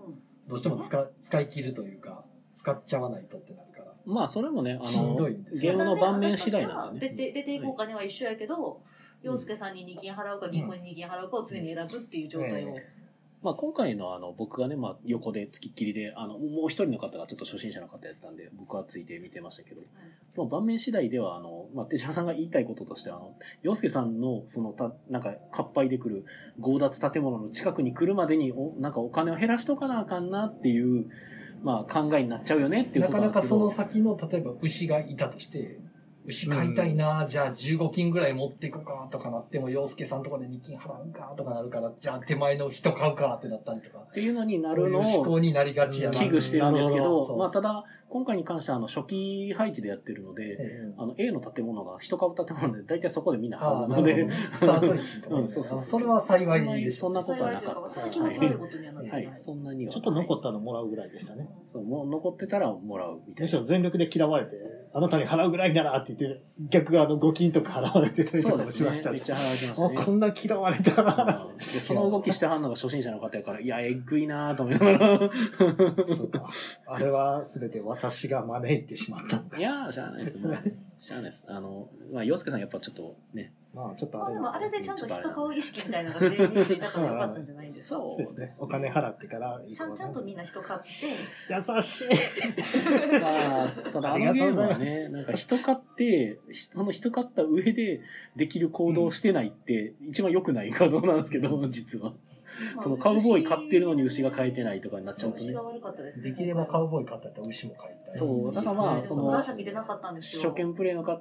[SPEAKER 4] どうしても使使い切るというか、使っちゃわないとってなるから。
[SPEAKER 1] まあ、それもね、あ
[SPEAKER 4] しん
[SPEAKER 1] の
[SPEAKER 4] ど、いんです
[SPEAKER 1] ゲー
[SPEAKER 4] よ
[SPEAKER 1] ムの盤面次第なんだね
[SPEAKER 2] で出て出ていくお金は一緒やけど、洋介さんに2金払うか銀行に2金払うかを常に選ぶっていう状態を、
[SPEAKER 3] うん
[SPEAKER 1] まあ、今回のあの僕がね、まあ、横でつきっきりであのもう一人の方がちょっと初心者の方やったんで僕はついて見てましたけど、まあ、盤面次第ではあの、まあ、手島さんが言いたいこととしてはあの洋介さんのそのたなんか活敗で来る強奪建物の近くに来るまでにおなんかお金を減らしとかなあかんなっていう、まあ、考えになっちゃうよねっていう
[SPEAKER 4] な
[SPEAKER 1] こと
[SPEAKER 4] か
[SPEAKER 1] なんです
[SPEAKER 4] なか
[SPEAKER 1] け
[SPEAKER 4] そ
[SPEAKER 1] ど
[SPEAKER 4] の先の例えば牛がいたとして牛飼いたいな、じゃあ15金ぐらい持っていこうかとかなっても洋介さんとこで2金払うかとかなるからじゃあ手前の人買うかってなったりとか
[SPEAKER 1] っていうのにな
[SPEAKER 4] そう
[SPEAKER 1] る
[SPEAKER 4] いう
[SPEAKER 1] の
[SPEAKER 4] 思
[SPEAKER 1] を
[SPEAKER 4] 考になりがちやな
[SPEAKER 1] 危惧してるんですけ
[SPEAKER 4] なるほ
[SPEAKER 1] ど
[SPEAKER 4] そう
[SPEAKER 1] まあ、ただ今回に関してはあの初期配置でやってるので
[SPEAKER 4] ええ
[SPEAKER 1] あの A の建物が一株建物で大体そこでみんな入
[SPEAKER 4] ああ
[SPEAKER 1] る
[SPEAKER 4] な
[SPEAKER 1] の
[SPEAKER 4] る
[SPEAKER 1] で
[SPEAKER 4] ほど。スタート位置とかね、
[SPEAKER 1] うんそうそうそう
[SPEAKER 4] それは幸いです。
[SPEAKER 1] そんなことは
[SPEAKER 2] 幸
[SPEAKER 1] ない
[SPEAKER 2] とい
[SPEAKER 1] か
[SPEAKER 2] うか
[SPEAKER 1] った
[SPEAKER 2] 私気持ち悪いことにはなって
[SPEAKER 1] [laughs] は
[SPEAKER 2] ない、
[SPEAKER 1] い、そんなには。
[SPEAKER 3] ちょっと残ったのもらうぐらいでしたね。
[SPEAKER 1] そう、もう残ってたらもらうみたい
[SPEAKER 3] むし
[SPEAKER 1] な
[SPEAKER 3] ろ。全力で嫌われて、あなたに払うぐらいならってって言って、逆側の5金とか払われてたり
[SPEAKER 1] そ
[SPEAKER 3] と
[SPEAKER 1] うで
[SPEAKER 3] かも
[SPEAKER 1] す
[SPEAKER 3] しまし
[SPEAKER 1] ね
[SPEAKER 3] た
[SPEAKER 1] め
[SPEAKER 3] ね
[SPEAKER 1] っ。ちゃ離れてました
[SPEAKER 3] あ、
[SPEAKER 1] ね
[SPEAKER 3] こんな嫌われたな。
[SPEAKER 1] うんでその動きしてはんのが初心者の方やからいやえぐいなと思いなが
[SPEAKER 3] [laughs]
[SPEAKER 1] ら
[SPEAKER 3] そうか。あれは全て私が招いてしまったのか。
[SPEAKER 1] いやーしゃあないですもうしゃあないですあのまあ洋介さんやっぱちょっとね
[SPEAKER 3] まあちょっと
[SPEAKER 2] ま
[SPEAKER 3] あ
[SPEAKER 2] あ
[SPEAKER 3] れ
[SPEAKER 2] で
[SPEAKER 3] は
[SPEAKER 2] もあれでちゃんと人顔意識みたいなのが全員していたからよかったんじゃないですか。
[SPEAKER 1] そ
[SPEAKER 3] そうですね。お金払ってから行
[SPEAKER 2] ちゃ
[SPEAKER 3] こ
[SPEAKER 2] ん
[SPEAKER 3] う
[SPEAKER 2] ちゃんとみんな人買って、
[SPEAKER 3] 優しい。
[SPEAKER 1] まあ、ただあのゲームはね、なんか人買って、ひその人買った上でできる行動をしてないって、一番良くない行動なんですけど、実は。
[SPEAKER 2] まあ
[SPEAKER 1] そのカウボーイ買ってるのに牛が買えてないとかになっちゃうと
[SPEAKER 2] 牛
[SPEAKER 1] ね
[SPEAKER 2] が。悪かったですね。
[SPEAKER 4] できればカウボーイ買ったら牛も買いたい。
[SPEAKER 1] そうだからまあその
[SPEAKER 2] 紫出なかったんですよ。
[SPEAKER 1] 初見プレイの方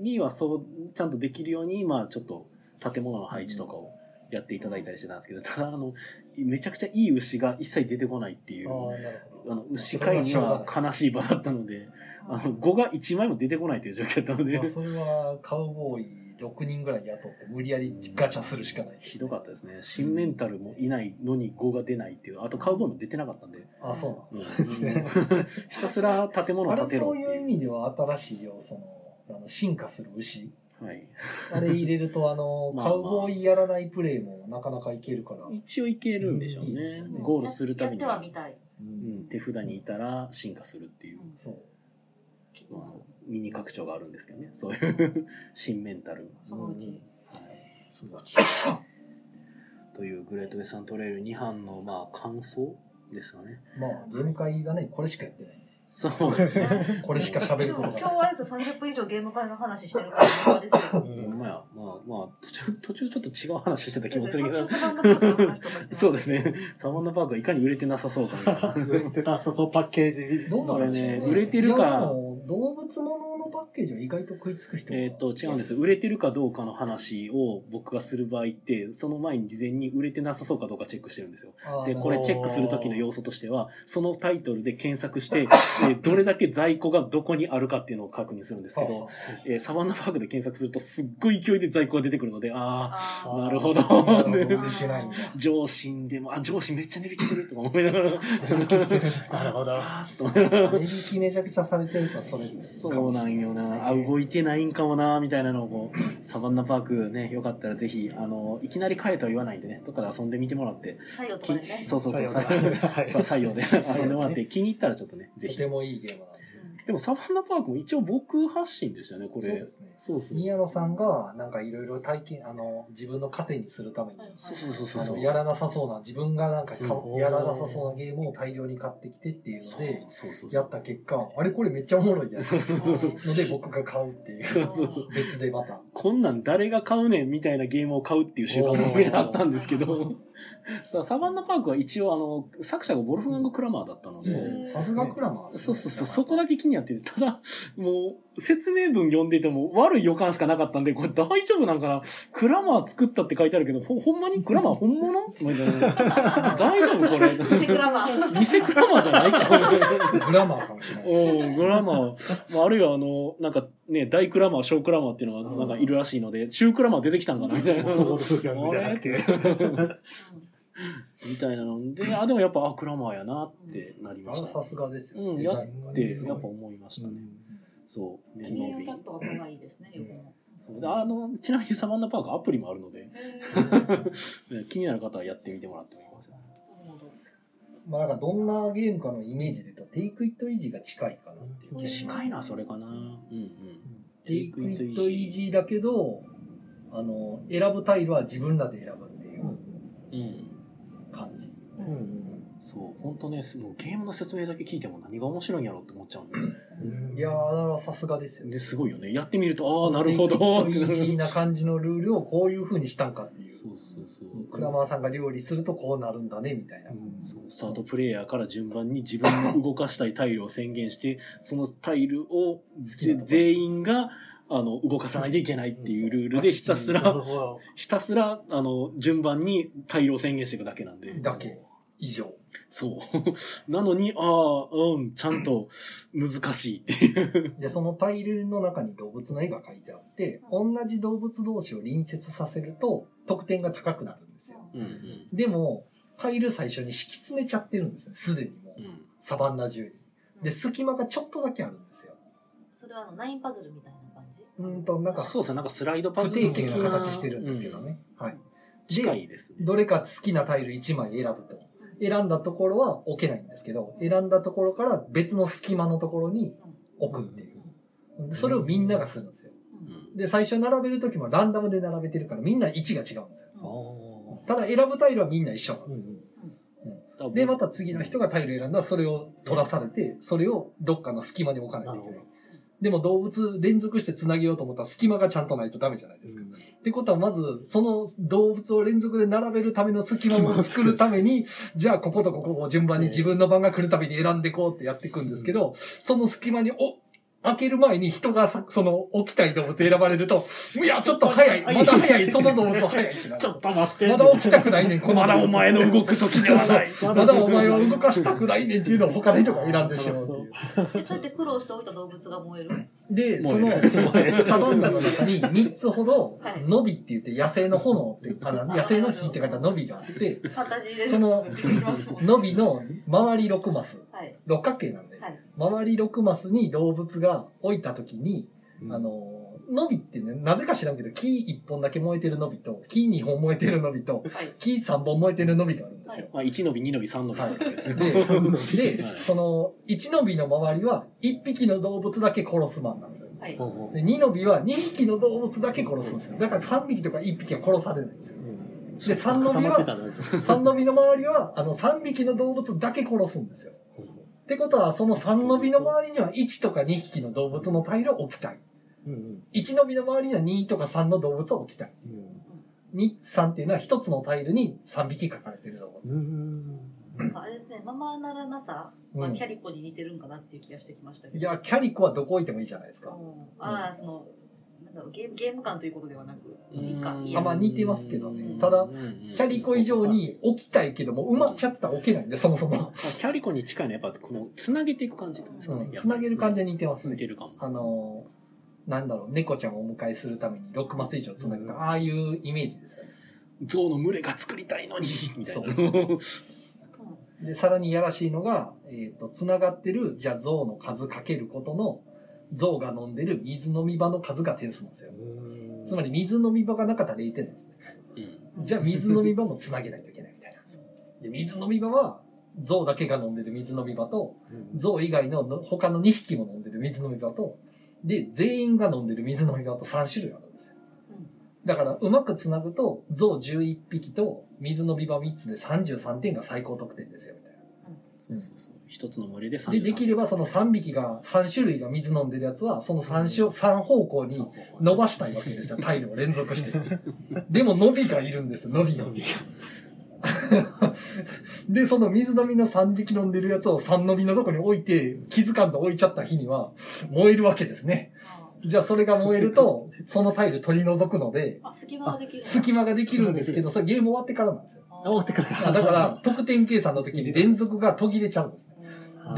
[SPEAKER 1] にはそう、ちゃんとできるように、まあちょっと建物の配置とかをやっていただいたりしてたん
[SPEAKER 4] [laughs]
[SPEAKER 1] ですけど、ただあの、めちゃくちゃいい牛が一切出てこないっていう
[SPEAKER 4] あ。ーなるほど
[SPEAKER 1] あの牛飼いには悲しい場だったの
[SPEAKER 4] [laughs]
[SPEAKER 1] で、あの、5が1枚も出てこないという状況だったので
[SPEAKER 4] まあ、、それはカウボーイ6人ぐらい雇って無理やりガチャするしかない。
[SPEAKER 1] ひどかったですね。新メンタルもいないのに5が出ないっていう。あとカウボーイも出てなかったんで。
[SPEAKER 4] あ、そうなん
[SPEAKER 1] う
[SPEAKER 4] で
[SPEAKER 1] ん
[SPEAKER 4] すね。
[SPEAKER 1] ひたすら建物を
[SPEAKER 4] あ
[SPEAKER 1] 建て
[SPEAKER 4] れ
[SPEAKER 1] ろ
[SPEAKER 4] そ
[SPEAKER 1] っ
[SPEAKER 4] う
[SPEAKER 1] て
[SPEAKER 4] いう
[SPEAKER 1] い
[SPEAKER 4] 意
[SPEAKER 1] う。
[SPEAKER 4] 味では新しい要素のあの進化する牛
[SPEAKER 1] はい、
[SPEAKER 4] あれ入れるとあの
[SPEAKER 1] [laughs] まあま
[SPEAKER 4] カ
[SPEAKER 1] あ
[SPEAKER 4] ウボーイやらないプレイもなかなかいけるから、
[SPEAKER 1] 一応いけるんでしょうね。
[SPEAKER 4] うん
[SPEAKER 1] ゴールするたびに
[SPEAKER 2] やってはみたい。
[SPEAKER 1] うん、手札にいたら進化するっていう、
[SPEAKER 4] そう
[SPEAKER 1] まあミニ拡張があるんですけどね。そういう
[SPEAKER 2] [laughs]
[SPEAKER 1] 新メンタル。
[SPEAKER 2] そのうち。
[SPEAKER 1] はい、というグレートウェスタントレイル2班のまあ感想ですかね。
[SPEAKER 4] まあゲーム会がねこれしかやってない
[SPEAKER 1] そうですね。
[SPEAKER 4] これしか喋
[SPEAKER 2] で
[SPEAKER 4] るこ
[SPEAKER 2] も
[SPEAKER 4] と
[SPEAKER 2] 今
[SPEAKER 4] が
[SPEAKER 2] 日はあ
[SPEAKER 4] ない
[SPEAKER 2] れですよ30分以上ゲーム会の話してるから無駄ですよ。
[SPEAKER 1] ほんまや、まあまあ、途中、途中ちょっと違う話してた気もするけ
[SPEAKER 2] [laughs]
[SPEAKER 1] ど
[SPEAKER 2] 途中。サバンナパークの話とかしてましたね
[SPEAKER 1] そう [laughs] ですね。サバンナパークがいかに売れてなさそうかみたいな。
[SPEAKER 2] [laughs]
[SPEAKER 3] 売れてた外パッケージ。
[SPEAKER 4] どうなんでしょう
[SPEAKER 1] これね売れてるか
[SPEAKER 4] いやでも動物もののパッケージは意外と食いつく人が
[SPEAKER 1] えっと、違うんです。売れてるかどうかの話を僕がする場合って、その前に事前に売れてなさそうかどうかチェックしてるんですよ。
[SPEAKER 4] あー
[SPEAKER 1] で、これチェックする時の要素としては、そのタイトルで検索して、 [laughs] えーどれだけ在庫がどこにあるかっていうのを確認するんですけど、えーサバンナパークで検索するとすっごい勢いで在庫が出てくるので、あ
[SPEAKER 2] あ
[SPEAKER 1] あ、
[SPEAKER 2] ー
[SPEAKER 1] なるほど。
[SPEAKER 4] あーな
[SPEAKER 1] [laughs]
[SPEAKER 4] る
[SPEAKER 1] で
[SPEAKER 4] ほどいけないんだ
[SPEAKER 1] 上心でも、あ、上心めっちゃ値引きしてるとか思いながら、
[SPEAKER 3] なるほど。
[SPEAKER 1] [laughs] あーっと思いながら
[SPEAKER 4] 値引きめちゃくちゃされてるか
[SPEAKER 1] [laughs]
[SPEAKER 4] らそれ
[SPEAKER 1] そうなんよな。あ、動
[SPEAKER 4] い
[SPEAKER 1] いてないんかもな、みたいなのをこう、サバンナパークね、よかったらぜひ、あの、いきなり買えとは言わないんでね、どっかで遊んでみてもらって、
[SPEAKER 2] 太陽と
[SPEAKER 1] き
[SPEAKER 2] かでね。
[SPEAKER 1] そうそうそう、
[SPEAKER 3] さ
[SPEAKER 1] さ
[SPEAKER 3] ようなら
[SPEAKER 1] さ採
[SPEAKER 4] [laughs]
[SPEAKER 1] 用で遊んでもらって、気に入ったらちょっとね、ぜ
[SPEAKER 4] と
[SPEAKER 1] ひ。
[SPEAKER 4] てもいいゲームなんで
[SPEAKER 1] でもサバンナパークも一応僕発信でしたよね、こ
[SPEAKER 4] そう
[SPEAKER 1] れ
[SPEAKER 4] で。すね
[SPEAKER 1] そうそう。
[SPEAKER 4] 宮野さんがなんかいろいろ体験あの自分の糧にするために
[SPEAKER 2] はい
[SPEAKER 1] そうそうそうそう
[SPEAKER 4] あ
[SPEAKER 1] そ
[SPEAKER 4] の
[SPEAKER 1] う。
[SPEAKER 4] やらなさそうな自分がなんかか
[SPEAKER 1] うん
[SPEAKER 4] やらなさそうなゲームを大量に買ってきてっていうの
[SPEAKER 1] そう
[SPEAKER 4] で
[SPEAKER 1] そうそうそう。
[SPEAKER 4] やった結果あれこれめっちゃおもろいやん
[SPEAKER 1] そうそうそう。
[SPEAKER 4] ので僕が買うっていう
[SPEAKER 1] そうそうそう。
[SPEAKER 4] 別でまた
[SPEAKER 1] こんなん誰が買うねんみたいなゲームを買うっていう習慣もあったんですけ
[SPEAKER 4] [laughs]
[SPEAKER 1] ど、さサバンナパークは一応あの、作者がボルフガング・クラマーだったので、
[SPEAKER 2] うん
[SPEAKER 4] さすがクラマーですね
[SPEAKER 1] そうそうそう、そこだけ気になってて、ただ、もう、説明文読んでても悪い予感しかなかったんで、これ大丈夫なんかなクラマー作ったって書いてあるけど、ほ、ほんまにクラマー本物みたいな。大丈夫こ
[SPEAKER 4] [laughs]
[SPEAKER 1] れ。
[SPEAKER 2] 偽グラマー。
[SPEAKER 1] 偽クラマーじゃないか。
[SPEAKER 4] グラマーかもしれない
[SPEAKER 1] うん、グラマー、まあ、あるいはあの、なんかね、大クラマー、小クラマーっていうのがなんかいるらしいので、中クラマー出てきたんかなみたいな。
[SPEAKER 3] ゴルフガムじゃなくて。
[SPEAKER 1] [laughs] みたいなので、あ、でもやっぱ、あ、クラマーやなってなりま
[SPEAKER 4] あ
[SPEAKER 1] した。
[SPEAKER 4] さすがですよ、
[SPEAKER 1] うん、
[SPEAKER 4] デ
[SPEAKER 1] や
[SPEAKER 4] ザ
[SPEAKER 1] っ
[SPEAKER 4] インがね
[SPEAKER 1] て、
[SPEAKER 4] す
[SPEAKER 1] や
[SPEAKER 4] ご
[SPEAKER 1] っ
[SPEAKER 4] い
[SPEAKER 1] ぱ思いましたね。そう、ね、
[SPEAKER 2] 金
[SPEAKER 1] 伸
[SPEAKER 2] 融
[SPEAKER 1] び
[SPEAKER 2] キャ。ットは可愛いですね、横も
[SPEAKER 1] そうであのちなみにサバンナパークアプリもあるので、ね気になる方はやってみてもらってもいいかもしれない。
[SPEAKER 4] まあなんかどんなゲームかのイメージで言うとテイクイットイージーが近いかなっていう気がします
[SPEAKER 1] 近いな、それかな。うん
[SPEAKER 4] テイクイットイージーだけど、あの、選ぶタイルは自分らで選ぶっていう
[SPEAKER 1] うん。うん。
[SPEAKER 4] 感じ。
[SPEAKER 3] うん
[SPEAKER 1] そう、本当ね、すもうゲームの説明だけ聞いても何が面白いんやろうって思っちゃうんで
[SPEAKER 3] うん
[SPEAKER 4] いやー、だからさすがですよ。
[SPEAKER 1] で、すごいよね。やってみると、ああ、なるほ
[SPEAKER 4] [laughs]
[SPEAKER 1] ど
[SPEAKER 4] テ
[SPEAKER 1] って
[SPEAKER 4] イクイ
[SPEAKER 1] な
[SPEAKER 4] ットイージー
[SPEAKER 1] る。
[SPEAKER 4] な感じのルールをこういう風にしたんかっていう。
[SPEAKER 1] そうそうそう。
[SPEAKER 4] クラマーさんが料理するとこうなるんだね、みたいな。
[SPEAKER 1] そうスタートプレイヤーから順番に自分の動かしたいタイルを宣言して、そのタイルをぜ全員があの動かさないといけないっていうルールでひたす
[SPEAKER 3] な
[SPEAKER 1] ら
[SPEAKER 3] るほど。
[SPEAKER 1] ひたすら、あの、順番に退路を宣言していくだけなんで。
[SPEAKER 4] だけ。以上。
[SPEAKER 1] そう。 [laughs] なのに、ああ、うん、ちゃんと難しいっていう。
[SPEAKER 4] で、そのタイルの中に動物の絵が描いてあって、同じ動物同士を隣接させると、得点が高くなるんですよ。
[SPEAKER 1] うん
[SPEAKER 4] でも、タイル最初に敷き詰めちゃってるんですね、すでにもう。
[SPEAKER 1] うん。
[SPEAKER 4] サバンナ中に。で、隙間がちょっとだけあるんですよ。
[SPEAKER 2] それはあのナインパズルみたいな感
[SPEAKER 4] うんと、なんか、
[SPEAKER 1] そうですね、なんかスライドパ
[SPEAKER 4] 不
[SPEAKER 1] ズル
[SPEAKER 4] 定
[SPEAKER 1] 的
[SPEAKER 4] 形
[SPEAKER 1] な
[SPEAKER 4] の形してるんですけど。ね。はい。
[SPEAKER 1] うん近いですね。
[SPEAKER 4] どれか好きなタイル1枚選ぶと。選んだところは置けないんですけど、選んだところから別の隙間のところに置くっていう。でそれをみんながするんですよ。
[SPEAKER 1] うん
[SPEAKER 4] で、最初並べるときもランダムで並べてるからみんな位置が違うんですよ。
[SPEAKER 1] あー
[SPEAKER 4] ただ選ぶタイルはみんな一緒なんですよ。
[SPEAKER 1] だから
[SPEAKER 4] で、また次の人がタイル選んだらそれを取らされて、それをどっかの隙間に置かないといけ
[SPEAKER 1] な
[SPEAKER 4] な
[SPEAKER 1] る
[SPEAKER 4] い。でも動物連続して繋げようと思ったら隙間がちゃんとないとダメじゃないですか。ってことはまず、その動物を連続で並べるための隙間を作るために、じゃあこことここを順番に自分の番が来るたびに選んでこうってやっていくんですけど、その隙間に、お開ける前に人がさ、その、置きたい動物選ばれると、いや、ちょっと早い、まだ早い、その動物早いってなる
[SPEAKER 3] [laughs] ちょっと待って。
[SPEAKER 4] まだ起きたくないねん、この動
[SPEAKER 1] ま
[SPEAKER 4] 物
[SPEAKER 1] だお前の動く時ではない。
[SPEAKER 4] まだお前は動かしたくないねんっていうのを他の人が選んで [laughs] しまうってい
[SPEAKER 2] で
[SPEAKER 4] う。
[SPEAKER 2] そうやって苦労しておいた動物が燃え
[SPEAKER 4] [laughs]
[SPEAKER 2] る。
[SPEAKER 4] で、そ
[SPEAKER 1] もうええもうええ
[SPEAKER 4] の、サバンナの中に3つほ [laughs] ど
[SPEAKER 2] はい、
[SPEAKER 4] 伸びって言って野生の炎って、あの、野生の火って書いた伸びがあって、
[SPEAKER 2] ファンタジーで
[SPEAKER 4] その
[SPEAKER 2] 出てきますもんね
[SPEAKER 4] 伸びの周り6マス、
[SPEAKER 2] はい。
[SPEAKER 4] 六角形なんで、
[SPEAKER 2] はい。
[SPEAKER 4] 周り6マスに動物が置いた時に、
[SPEAKER 1] うん
[SPEAKER 4] あ、の、伸びってね、なぜか知らんけど、木1本だけ燃えてる伸びと、木2本燃えてる伸びと、
[SPEAKER 2] はい。
[SPEAKER 4] 木3本燃えてる伸びがあるんですよ。
[SPEAKER 1] まあ、1伸び、2伸び、3伸びなんです [laughs] よね。
[SPEAKER 4] で、
[SPEAKER 1] はい
[SPEAKER 4] で、その、1伸びの周りは、1匹の動物だけ殺すマンなんですよ。
[SPEAKER 2] はい。
[SPEAKER 1] ほうほう
[SPEAKER 4] で、2伸びは2匹の動物だけ殺すんですよ。だから3匹とか1匹は殺されないんですよ。で、3伸びは、3伸びの周りは、あの、3匹の動物だけ殺すんですよ。ってことは、その3伸びの周りには1とか2匹の動物のタイルを置きたい。1伸びの周りには2とか3の動物を置きたい。2、3っていうのは1つのタイルに3匹書かれてる動物。
[SPEAKER 2] あれですね、ママならなさ、まあ、キャリコに似てるんかなっていう気がしてきましたけど。
[SPEAKER 4] いや、キャリコはどこ置いてもいいじゃないですか。
[SPEAKER 2] うんああ、その、なんだろう、ゲーム、ゲーム感ということではなく、いいか、
[SPEAKER 1] うん
[SPEAKER 2] いい
[SPEAKER 4] あまあ
[SPEAKER 2] や。
[SPEAKER 4] 似てますけど
[SPEAKER 2] ね
[SPEAKER 4] ただ
[SPEAKER 1] うんうん
[SPEAKER 4] キャリコ以上に置きたいけども、埋まっちゃってたら置けないんで、そもそも。
[SPEAKER 1] まあキャリコに近いのはやっぱこのつなげていく感じなんですかね。
[SPEAKER 4] つなげる感じ
[SPEAKER 1] に
[SPEAKER 4] に似てます
[SPEAKER 1] 似
[SPEAKER 4] ね
[SPEAKER 1] て。るかも。
[SPEAKER 4] あのーなんだろう、猫ちゃんをお迎えするために6マス以上つなげた、ああいうイメージですよね。
[SPEAKER 1] 象の群れが作りたいのにみたいな。
[SPEAKER 2] う
[SPEAKER 4] で、さらにやらしいのが、えっ、と、つながってる、じゃあ象の数かけることの、象が飲んでる水飲み場の数が点数なんですよ。つまり水飲み場がなかったら0点なんです。
[SPEAKER 1] うん
[SPEAKER 2] ん
[SPEAKER 4] じゃあ水飲み場もつなげないといけないみたいな。で、水飲み場は、象だけが飲んでる水飲み場と、象以外のの他の2匹も飲んでる水飲み場と、で、全員が飲んでる水飲み場と3種類あるんですよ。
[SPEAKER 2] うん
[SPEAKER 4] だから、うまくつなぐと、象11匹と水飲み場3つで33点が最高得点ですよ、みたい
[SPEAKER 1] そうそうそう。一つの群れで
[SPEAKER 4] な。
[SPEAKER 1] 33
[SPEAKER 4] で、できればその3匹が、3種類が水飲んでるやつは、その3種、三方向に伸ばしたいわけですよ、タイルを連続して。でも伸びがいるんですよ、伸びが。で、その水飲みの3匹飲んでるやつを3飲みのとこに置いて、気づかんで置いちゃった日には、燃えるわけですね。じゃあそれが燃えると、そのタイル取り除くので、
[SPEAKER 2] あ、隙間ができるんだ。
[SPEAKER 4] 隙間ができるんですけど、それゲーム終わってからなんですよ。
[SPEAKER 2] あー
[SPEAKER 3] 終わってから
[SPEAKER 4] あだから、得点計算の時に連続が途切れちゃうんです。
[SPEAKER 2] うん
[SPEAKER 3] はい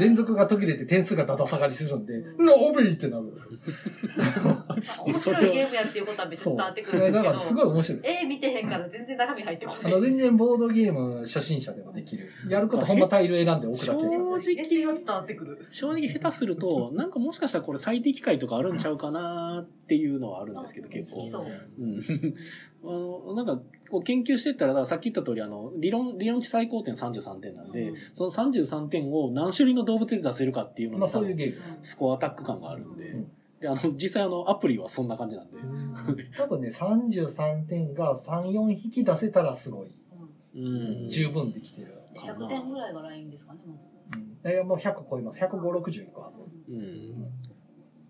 [SPEAKER 4] 連続が途切れて点数がだだ下がりするんで、なおべいってなるんですよ。
[SPEAKER 2] 面白いゲームやっていうことはめっちゃ
[SPEAKER 4] そ
[SPEAKER 2] 伝
[SPEAKER 4] う。
[SPEAKER 2] わってくるんです
[SPEAKER 4] だ
[SPEAKER 2] け
[SPEAKER 4] から
[SPEAKER 2] ど、
[SPEAKER 4] すごい面白い。
[SPEAKER 2] 絵見てへんから全然中身入ってこ
[SPEAKER 4] あ
[SPEAKER 2] ない。
[SPEAKER 4] の、全然ボードゲーム初心者でもできる。やることほんまタイル選んで置くだけ。
[SPEAKER 1] 正直
[SPEAKER 2] 熱意は伝わってくる。
[SPEAKER 1] 正直下手すると、なんかもしかしたらこれ最適解とかあるんちゃうかなっていうのはあるんですけど、結構。
[SPEAKER 2] そう。
[SPEAKER 1] うん、 [laughs] あのなんかこう研究してったらだからさっき言った通りあの理論理論値最高点33点なんで、
[SPEAKER 2] うん
[SPEAKER 1] その33点を何種類の動物で出せるかっていうの
[SPEAKER 4] まあ
[SPEAKER 1] に
[SPEAKER 4] そういうゲーム。
[SPEAKER 2] うん
[SPEAKER 1] スコアタック感があるんで,、
[SPEAKER 4] うん
[SPEAKER 1] であの実際あのアプリはそんな感じなんで、
[SPEAKER 4] 多分ね、33点が3、4匹出せたらすごい。
[SPEAKER 1] うん
[SPEAKER 4] 十分できてる。
[SPEAKER 2] で100点ぐらいがラインですかね、まず
[SPEAKER 4] うんいや、もう100超えます。150、60いくはず。
[SPEAKER 1] うん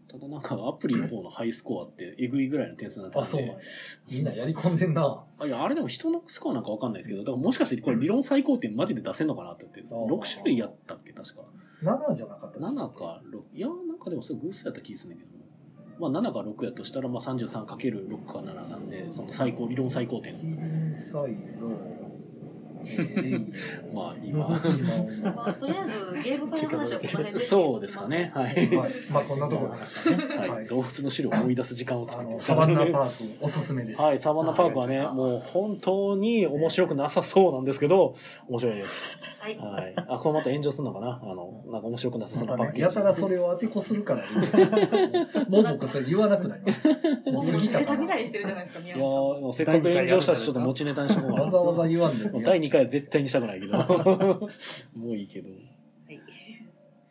[SPEAKER 1] ただなんかアプリの方のハイスコアってえぐいぐらいの点数になって
[SPEAKER 4] あ、
[SPEAKER 1] るん
[SPEAKER 4] そう
[SPEAKER 1] で
[SPEAKER 4] なんや。みんなやり込んでんな。
[SPEAKER 1] あいやあれでも人のスコアなんかわかんないですけどだからもしかしてこれ理論最高点マジで出せんのかなって思って
[SPEAKER 4] あー
[SPEAKER 1] 6種類やったっけ確か。
[SPEAKER 4] 7じゃなかったで
[SPEAKER 1] 7
[SPEAKER 4] したっけ
[SPEAKER 1] か6いやなんかでもそれ偶数やった気がするんだけど、まあ、7か6やとしたら、まあ、33×6 か7なんでその最高理論最高点
[SPEAKER 4] サイ
[SPEAKER 2] [laughs]
[SPEAKER 4] ズを。え
[SPEAKER 1] まあ
[SPEAKER 4] ー [laughs]
[SPEAKER 1] 今
[SPEAKER 2] [laughs] まあ、とりあえずゲーム会の話はこの辺で。
[SPEAKER 1] そうですかね。はい、
[SPEAKER 4] はい。まあこんなところでしたね。
[SPEAKER 1] はい動物の種類を思い出す時間を
[SPEAKER 4] あ
[SPEAKER 1] 作って
[SPEAKER 4] の
[SPEAKER 1] まし
[SPEAKER 4] サ
[SPEAKER 1] た
[SPEAKER 4] バン
[SPEAKER 1] ね
[SPEAKER 4] ナパークおすすめです。
[SPEAKER 1] はい、サバンナパークはね、
[SPEAKER 4] はい
[SPEAKER 1] もう本当に面白くなさそうなんですけど、面白いです。
[SPEAKER 2] ははい。
[SPEAKER 1] はい。あ、これまた炎上するのかなあの、なんか面白くなさそうな
[SPEAKER 4] ま
[SPEAKER 1] パ
[SPEAKER 4] た
[SPEAKER 1] ッ
[SPEAKER 4] ね、
[SPEAKER 1] ケー
[SPEAKER 4] や
[SPEAKER 1] ジ。
[SPEAKER 4] たらそれを当てこするから、
[SPEAKER 1] [laughs]
[SPEAKER 4] もう僕それ言わなくなりました。も
[SPEAKER 2] も
[SPEAKER 4] う
[SPEAKER 2] う
[SPEAKER 4] 過ぎ
[SPEAKER 2] ネ
[SPEAKER 4] たか
[SPEAKER 2] タ見た
[SPEAKER 4] ら。
[SPEAKER 2] りしてるじゃないですか、宮
[SPEAKER 1] いや
[SPEAKER 2] 本さん。
[SPEAKER 1] ー、せっかく炎上したし、ちょっと持ちネタにした方
[SPEAKER 4] わざわざ
[SPEAKER 1] が。
[SPEAKER 4] 言わんで
[SPEAKER 1] も
[SPEAKER 4] も
[SPEAKER 1] う第2回は絶対にしたくないけど。もういいけど。
[SPEAKER 2] はい。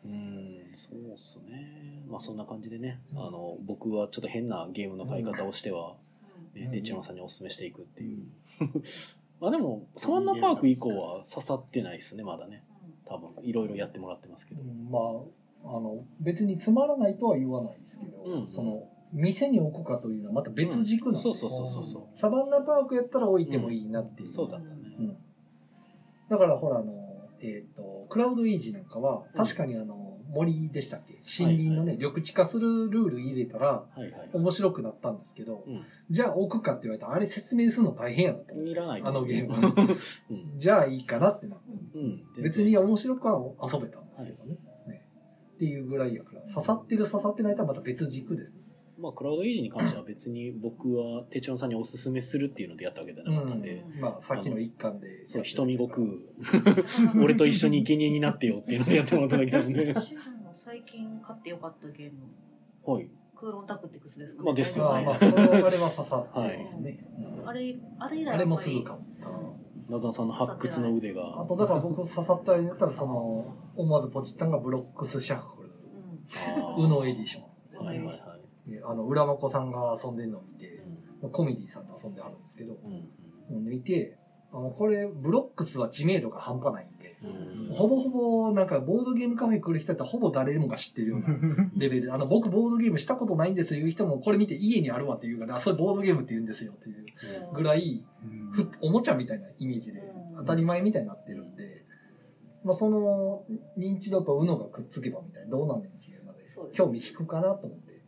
[SPEAKER 1] うん、そうっすね。まあそんな感じでね、あの、僕はちょっと変なゲームの買い方をしては、
[SPEAKER 4] う
[SPEAKER 1] ね
[SPEAKER 4] ん、
[SPEAKER 1] てっちろんさんにお勧めしていくっていう。まあでも、サバンナパーク以降は刺さってないですね、まだね。多分、いろいろやってもらってますけど。
[SPEAKER 4] うんまあ、あの、別につまらないとは言わないですけど、
[SPEAKER 1] うん
[SPEAKER 4] その、店に置くかというのはまた別軸なんで、
[SPEAKER 1] そうそうそうそうそ。
[SPEAKER 4] サバンナパークやったら置いてもいいなっていうう。
[SPEAKER 1] そうだったね。
[SPEAKER 4] うんだからほら、あの、えっ、と、クラウドイージーなんかは、確かにあの、森でしたっけ森林のね、緑地化するルール入れたら、
[SPEAKER 1] はいはい。
[SPEAKER 4] 面白くなったんですけど、
[SPEAKER 1] う
[SPEAKER 4] じゃあ置くかって言われたら、あれ説明するの大変やなと。
[SPEAKER 1] ん。いらない
[SPEAKER 4] あのゲーム
[SPEAKER 1] ム。 [laughs]
[SPEAKER 4] は。
[SPEAKER 1] うん。
[SPEAKER 4] じゃあいいかなってなって。
[SPEAKER 1] うん。全然
[SPEAKER 4] 別に。面白くは遊べたんですけどね。ねっていうぐらいやから、刺さってる刺さってないとはまた別軸です。
[SPEAKER 1] まあ、クラウドイージーに関しては別に僕は手帳さんにお勧めするっていうのでやったわけじゃなかったんで、
[SPEAKER 2] うん
[SPEAKER 4] まあ、さっきの一環で。
[SPEAKER 1] そう、瞳悟空、
[SPEAKER 2] う
[SPEAKER 1] [laughs]
[SPEAKER 2] ん
[SPEAKER 1] 俺と一緒に生贄になってよっていうのでやってもらっただけなんで。
[SPEAKER 2] 私も最近買ってよかったゲーム、
[SPEAKER 1] はい。
[SPEAKER 2] クーロンタクティクスですかね。
[SPEAKER 1] まあですよ
[SPEAKER 4] まあ
[SPEAKER 1] ね
[SPEAKER 4] まあ、そのあれは刺さってますね。うん
[SPEAKER 2] あれ、あれ以来
[SPEAKER 4] あれもすぐ
[SPEAKER 2] や
[SPEAKER 4] 買
[SPEAKER 2] っ
[SPEAKER 4] っ
[SPEAKER 2] ぱり
[SPEAKER 4] た。
[SPEAKER 1] なざさんの発掘の腕
[SPEAKER 4] あ
[SPEAKER 1] が。
[SPEAKER 4] とだから僕刺さったようになったらその思わずポチったんがブロックスシャッフル
[SPEAKER 2] うん
[SPEAKER 4] ウノエディ
[SPEAKER 1] シ
[SPEAKER 4] ショ
[SPEAKER 1] ョはいはいは
[SPEAKER 4] ンであの浦真子さんが遊んでるのを見
[SPEAKER 1] い
[SPEAKER 4] て。コメディさんと遊んであるんですけど
[SPEAKER 1] うん。
[SPEAKER 4] 見てあのこれブロックスは知名度が半端ないんで
[SPEAKER 1] うん。うん
[SPEAKER 4] ほぼほぼなんかボードゲームカフェ来る人だったらほぼ誰もが知ってるようなレベルあの僕ボードゲームしたことないんですよいう人もこれ見て家にあるわって言うからあそれボードゲームって言うんですよっていうぐらいふおもちゃみたいなイメージで
[SPEAKER 2] うん
[SPEAKER 4] 当たり前みたいになってるんで、まあ、その認知度とうのがくっつけばみたいなどうなんねんっていうので
[SPEAKER 2] そうですね
[SPEAKER 4] 興味引くかなと思って、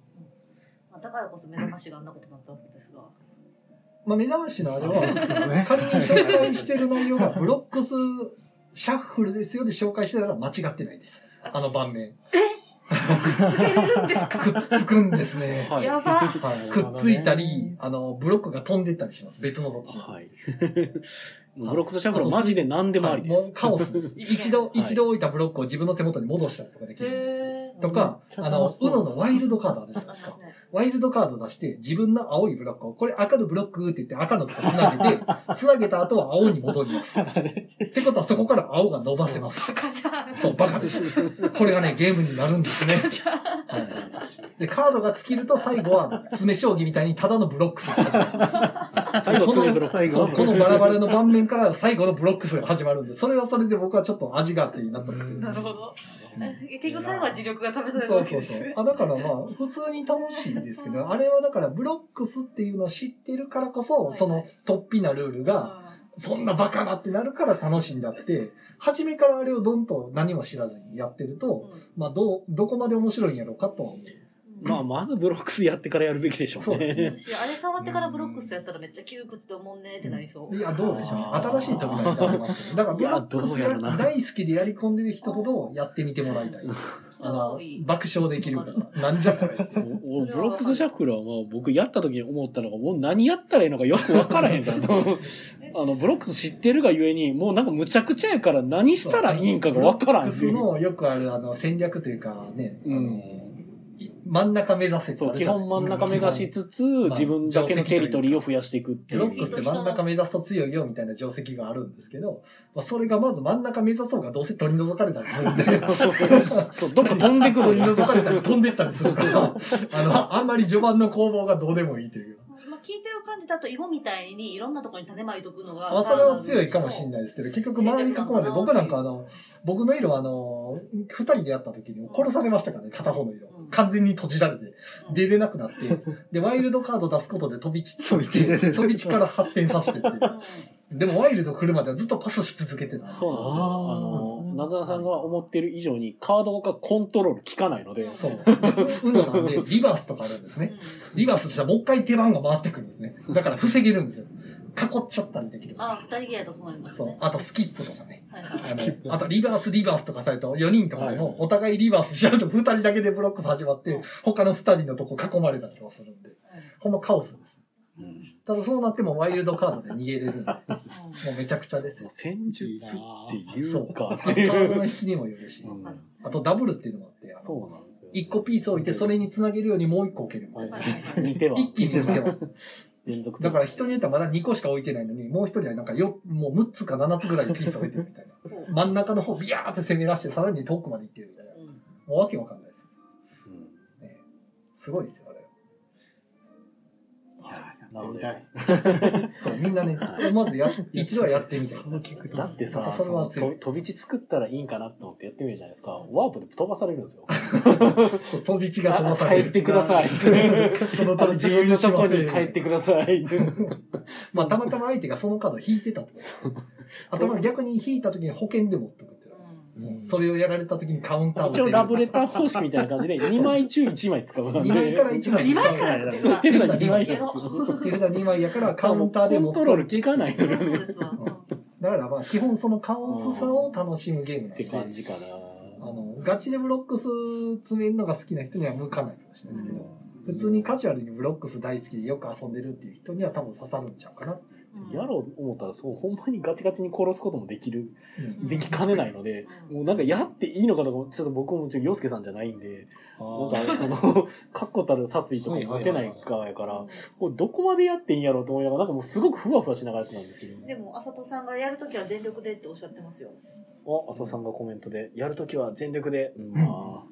[SPEAKER 2] まあだからこそ目覚ましがあんなことになったわけですが。
[SPEAKER 4] まあ、目覚ましのあれは
[SPEAKER 3] そうね
[SPEAKER 4] [laughs] 仮に紹介してる内容がブロックスシャッフルですよで紹介してたら間違ってないですあの盤面
[SPEAKER 2] つけれるんです
[SPEAKER 4] くっ
[SPEAKER 2] か
[SPEAKER 4] つくんですね、
[SPEAKER 1] はい。
[SPEAKER 2] や
[SPEAKER 1] は
[SPEAKER 2] ば
[SPEAKER 4] はい、くっついたりあのブロックが飛んでったりします別のそっちに
[SPEAKER 1] い。 [laughs] ブロックスシャンプーマジで何でもありで
[SPEAKER 4] はいも
[SPEAKER 1] す
[SPEAKER 4] う。カオスです。一度、
[SPEAKER 1] い
[SPEAKER 4] 一度置いたブロックを自分の手元に戻したりとかできるんで。
[SPEAKER 2] へ
[SPEAKER 4] とか、
[SPEAKER 3] めっちゃ
[SPEAKER 4] あの、
[SPEAKER 3] 楽しそう
[SPEAKER 4] UNO のワイルドカードあるじゃ
[SPEAKER 2] ー。
[SPEAKER 4] ない
[SPEAKER 2] あり
[SPEAKER 4] です
[SPEAKER 2] ま
[SPEAKER 4] か
[SPEAKER 2] す。ね
[SPEAKER 4] ワイルドカード出して、自分の青いブロックを、これ赤のブロックって言って赤のとこ繋げ
[SPEAKER 2] [laughs]
[SPEAKER 4] て、繋げた後は青に戻ります。ってことはそこから青が伸ばせます。
[SPEAKER 2] バカじゃん。
[SPEAKER 4] そう、バカでしょ。これがね、ゲームになるんですね。
[SPEAKER 2] じゃあ
[SPEAKER 4] はいで、カードが尽きると最後は、詰将棋みたいにただのブロックスが始まる。
[SPEAKER 1] 最後、爪ブロックス。
[SPEAKER 3] 最後は
[SPEAKER 4] このバラバラの盤面から最後のブロックスが始まるんで、それはそれで僕はちょっと味があっていいなと思って。
[SPEAKER 2] なるほど。結局最後は磁力が食べされる
[SPEAKER 4] そ
[SPEAKER 2] わ
[SPEAKER 4] う
[SPEAKER 2] け
[SPEAKER 4] そう
[SPEAKER 2] で
[SPEAKER 4] そ
[SPEAKER 2] す
[SPEAKER 4] う
[SPEAKER 2] ね。。
[SPEAKER 4] あ、だからまあ、普通に楽しいんですけど、あれはだから、ブロックスっていうのを知ってるからこ
[SPEAKER 2] はいは
[SPEAKER 4] そ、
[SPEAKER 2] い
[SPEAKER 4] その、突飛なルールが、そんなバカなってなるから楽しいんだって、初めからあれをドンと何も知らずにやってる
[SPEAKER 2] う
[SPEAKER 4] と、
[SPEAKER 2] ん
[SPEAKER 4] まあ、どう、どこまで面白いんやろうかとは思う。
[SPEAKER 1] まあ、まずブロックスやってからやるべきでしょ
[SPEAKER 4] そううで
[SPEAKER 1] ね
[SPEAKER 4] すね。
[SPEAKER 2] 私あれ触ってからブロックスやったらめっちゃ窮屈って思うねってなりそう。
[SPEAKER 4] いや、どうでしょうね。
[SPEAKER 3] あー
[SPEAKER 4] 新しい時にやってますけどだから、ブロックス
[SPEAKER 1] いやどうや
[SPEAKER 4] や
[SPEAKER 1] ろな
[SPEAKER 4] 大好きでやり込んでる人ほどやってみてもらいたい。
[SPEAKER 2] そ
[SPEAKER 4] あ
[SPEAKER 2] れは多
[SPEAKER 4] の
[SPEAKER 2] い、
[SPEAKER 4] 爆笑できるから。なんじゃこれって。
[SPEAKER 1] おおブロックスシャッフルはまあ僕やった時に思ったのがもう何やったらいいのかよく分からへ
[SPEAKER 4] [laughs]
[SPEAKER 1] んからとあのブロックス知ってるがゆえにもうなんかむちゃくちゃやから何したらいいんかが分からんってい
[SPEAKER 4] ブ
[SPEAKER 1] う
[SPEAKER 4] ロックスのよくあるあの戦略というかね、
[SPEAKER 1] う
[SPEAKER 4] あの
[SPEAKER 1] ん、
[SPEAKER 4] い真ん中目指せって
[SPEAKER 1] そ
[SPEAKER 4] あ
[SPEAKER 1] う
[SPEAKER 4] るじ
[SPEAKER 1] 基
[SPEAKER 4] ゃないですか
[SPEAKER 1] 本真ん中目指しつつ自分だけのテリトリーを増やしていくって
[SPEAKER 4] ブ
[SPEAKER 1] い
[SPEAKER 4] ロックスっ
[SPEAKER 1] う
[SPEAKER 4] て真ん中目指すと強いよみたいな定石があるんですけど、まあ、それがまず真ん中目指そうがどうせ取り除かれたりするんで、
[SPEAKER 1] そうどっか飛んでくる
[SPEAKER 4] [laughs] 取り除かれたり飛んでったりするから、 [laughs] あの、あんまり序盤の攻防がどうでもいいという。
[SPEAKER 2] 今聞いてる感じだと囲碁みたいにいろんなところに種まいとくのが。
[SPEAKER 4] まあ、それは強いかもしれ
[SPEAKER 2] い。
[SPEAKER 4] ないですけど、結局周りに囲まれて、僕なんかあの、僕の色はあの、二人でやった時に殺されましたからね、片方の色
[SPEAKER 2] うん。
[SPEAKER 4] 完全に閉じられて、出れなくなって、で、ワイルドカード出すことで飛び地飛び地、飛び地から発展させてっていう。でもワイルド来るまではずっとパスし続けてた。
[SPEAKER 1] そうなんですよ
[SPEAKER 3] あー
[SPEAKER 1] あのなずなさんが思ってる以上にカードがコントロール効かないので
[SPEAKER 4] そう。うのなんで、リバースとかあるんですね。リバースしたらもう一回手番が回ってくるんですね。だから防げるんですよ。囲っちゃったりできる。
[SPEAKER 2] あ、二人芸やと思います
[SPEAKER 4] そう
[SPEAKER 2] ね。。
[SPEAKER 4] あとスキップとかね。
[SPEAKER 2] はい
[SPEAKER 4] あ
[SPEAKER 2] は
[SPEAKER 4] の、あとリバースリバースとかされると4人とかで
[SPEAKER 3] はい
[SPEAKER 4] も、お互いリバースしちゃうと2人だけでブロック始まっ
[SPEAKER 2] う
[SPEAKER 4] て
[SPEAKER 2] ん、
[SPEAKER 4] 他の2人のとこ囲まれたりとかするんで、
[SPEAKER 2] い
[SPEAKER 4] ほんまカオスです。
[SPEAKER 2] うん
[SPEAKER 4] ただそうなってもワイルドカードで逃げれるんで、もうめちゃくちゃですよ。
[SPEAKER 1] 戦術っていうか
[SPEAKER 4] あと
[SPEAKER 1] っ
[SPEAKER 4] カ
[SPEAKER 1] てい
[SPEAKER 4] ード
[SPEAKER 1] う。
[SPEAKER 4] の引きにもよるし
[SPEAKER 1] う、ん
[SPEAKER 4] あとダブルっていうのもあって、あの
[SPEAKER 1] そうなんですよ。
[SPEAKER 4] 一個ピース置いてそれにつなげるようにもう一個置けるみたい
[SPEAKER 2] は
[SPEAKER 4] な。
[SPEAKER 2] いはいはい
[SPEAKER 1] 似ては。
[SPEAKER 4] 一気に置けば。
[SPEAKER 1] 連続
[SPEAKER 4] だから人によってはまだ2個しか置いてないのに、もう一人はなんかよ、もう6つか7つぐらいピース置いてるみたいな。 [laughs] 真ん中の方ビヤーって攻め出して、さらに遠くまで行ってるみたいな。
[SPEAKER 2] うん
[SPEAKER 4] もうわけわかんないです。
[SPEAKER 1] うん
[SPEAKER 4] ねすごいですよ、あれ。
[SPEAKER 3] あーやってみたい。
[SPEAKER 4] そう、みんなね、まずや、一度はやってみて。
[SPEAKER 3] その聞くと
[SPEAKER 1] だって
[SPEAKER 4] ま
[SPEAKER 1] さ、
[SPEAKER 4] た
[SPEAKER 1] そ
[SPEAKER 4] それは
[SPEAKER 1] の
[SPEAKER 4] 強
[SPEAKER 1] と
[SPEAKER 4] い
[SPEAKER 1] 飛び地作ったらいいんかなと思ってやってみるじゃないですか。ワープで飛ばされるんですよ。
[SPEAKER 4] そう飛び地が飛ば
[SPEAKER 1] あ
[SPEAKER 4] さ
[SPEAKER 1] 帰
[SPEAKER 4] れる。
[SPEAKER 1] ってください。
[SPEAKER 4] その
[SPEAKER 1] あ
[SPEAKER 4] た
[SPEAKER 1] の自分のと
[SPEAKER 4] め
[SPEAKER 1] こ
[SPEAKER 4] 自由
[SPEAKER 1] に
[SPEAKER 4] し
[SPEAKER 1] 帰
[SPEAKER 4] ません
[SPEAKER 1] ってください。
[SPEAKER 4] まあ、たまたま相手がそのカード引いてたと。あとまあ逆に引いた時に保険で持ってくっていう
[SPEAKER 2] うん
[SPEAKER 4] もうそれをやられた時にカウンターを打て
[SPEAKER 1] [laughs] 一
[SPEAKER 4] る
[SPEAKER 1] 応ラブレター方式みたいな感じで、2枚中1枚使うなんで。
[SPEAKER 4] 二枚から一枚
[SPEAKER 2] 二枚しかないです
[SPEAKER 1] そう、
[SPEAKER 2] か
[SPEAKER 1] 手札2枚なんです
[SPEAKER 2] ゲロ
[SPEAKER 1] よ。
[SPEAKER 4] 手札2枚やからカウンターで
[SPEAKER 1] コ
[SPEAKER 4] 持
[SPEAKER 1] ン
[SPEAKER 4] っ
[SPEAKER 1] ト
[SPEAKER 4] て
[SPEAKER 1] ロー
[SPEAKER 4] お
[SPEAKER 1] ル
[SPEAKER 4] いて
[SPEAKER 1] 効かないの
[SPEAKER 2] そ
[SPEAKER 1] よ
[SPEAKER 2] りゃそう
[SPEAKER 1] ね。
[SPEAKER 2] ですわうん
[SPEAKER 4] だからまあ基本そのカオスさを楽しむゲームなん
[SPEAKER 1] っ
[SPEAKER 4] で
[SPEAKER 1] て感じかな。
[SPEAKER 4] あのガチでブロックス詰めるのが好きな人には向かないかもしれないですけど、普通にカジュアルにブロックス大好きでよく遊んでるっていう人には多分刺さるんちゃうかなっていう
[SPEAKER 2] うん
[SPEAKER 1] やろう思ったらそう、ほんまにガチガチに殺すこともできる、
[SPEAKER 4] うん
[SPEAKER 1] できかねないので、
[SPEAKER 2] うん
[SPEAKER 1] もうなんかやっていいのかとか、ちょっと僕もちょっと洋介さんじゃないんで、なん
[SPEAKER 3] あ
[SPEAKER 1] かその、確固たる殺意とかも持てないかやから、これどこまでやっていいんやろうと思いながら、なんかもうすごくふわふわしながらやってたんですけど。
[SPEAKER 2] でも、あさとさんがやるときは全力でっておっしゃって
[SPEAKER 4] [laughs]
[SPEAKER 2] ますよ。
[SPEAKER 1] あ、浅さんがコメントで、やるときは全力で、うんまあ、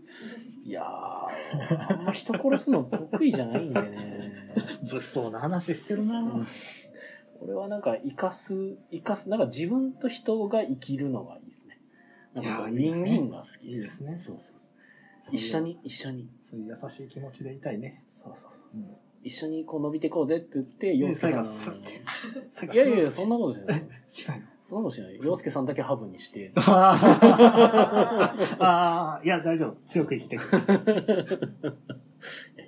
[SPEAKER 1] いやー、あんま人殺すの得意じゃないんでね。
[SPEAKER 3] ー物騒な話してるな。
[SPEAKER 1] うん俺はなんか、生かす、生かす、なんか自分と人が生きるのがいいですね。なんかこう、ウ
[SPEAKER 3] いやーい
[SPEAKER 1] ィ
[SPEAKER 3] いです
[SPEAKER 1] ンウ
[SPEAKER 3] ね
[SPEAKER 1] ィンが好き
[SPEAKER 3] いいですね
[SPEAKER 1] そうそうそう。一緒。に、一緒に。
[SPEAKER 3] そういう優しい気持ちでいたいね。
[SPEAKER 1] そうそうそう
[SPEAKER 4] うん
[SPEAKER 1] 一緒にこう伸びてこうぜって言って、洋介
[SPEAKER 3] 最
[SPEAKER 1] さ
[SPEAKER 3] 後ス
[SPEAKER 1] ん
[SPEAKER 3] ッ。て
[SPEAKER 1] いやいやいや、そんなことじゃない。
[SPEAKER 3] 違うよ。
[SPEAKER 1] そんなことしない。洋介さんだけハブにして。
[SPEAKER 3] あーあー、いや、大丈夫。強く生きていく。
[SPEAKER 1] いや、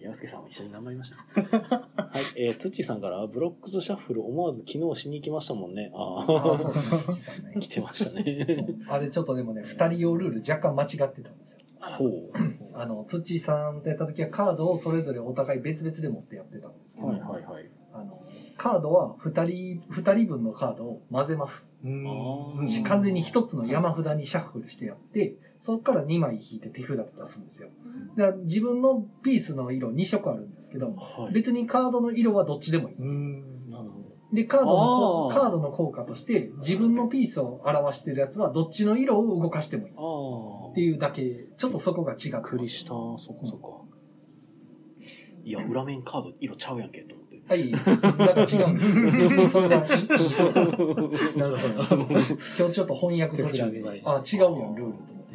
[SPEAKER 1] 洋介さんも一緒に頑張りましょう。はい、えー、つっちーさんから、ブロックスシャッフル思わず昨日しに行きましたもんね。あ
[SPEAKER 4] あーそう
[SPEAKER 1] あ、
[SPEAKER 4] ですね吉さんね
[SPEAKER 1] 来てました
[SPEAKER 4] [laughs]
[SPEAKER 1] ね。
[SPEAKER 4] あれちょっとでもね2人用ルール若干間違ってたんですよ
[SPEAKER 1] ほう。
[SPEAKER 4] あの土井さんとやった時はカードをそれぞれお互い別々で持ってやってたんですけど、
[SPEAKER 1] はいはいはい。
[SPEAKER 4] あのカードは2人二人分のカードを混ぜます
[SPEAKER 1] ーうん
[SPEAKER 4] 完全に1つの山札にシャッフルしてやってそこから2枚引いて手札で出すんですよだから自分のピースの色2色あるんですけど
[SPEAKER 1] はい。
[SPEAKER 4] 別にカードの色はどっちでもいい
[SPEAKER 3] うん。なるほ
[SPEAKER 4] でカードの
[SPEAKER 1] あー
[SPEAKER 4] カードの効果として自分のピースを表してるやつはどっちの色を動かしてもいいっ
[SPEAKER 1] ああ。
[SPEAKER 4] ていうだけちょっとそこが違って
[SPEAKER 1] び
[SPEAKER 4] ま
[SPEAKER 1] っ
[SPEAKER 4] す
[SPEAKER 1] くりした。そこそこ。いや、裏面カード色ちゃうやんけ、と思っ
[SPEAKER 4] [laughs]
[SPEAKER 1] て。
[SPEAKER 4] はい、なんか違う
[SPEAKER 1] [laughs]
[SPEAKER 4] んです。それがいいいいそう [laughs] です
[SPEAKER 3] ど。なるほど。
[SPEAKER 4] 今日ちょっと翻訳途中で、あ、違うやん、ルールと思って、
[SPEAKER 1] なるほ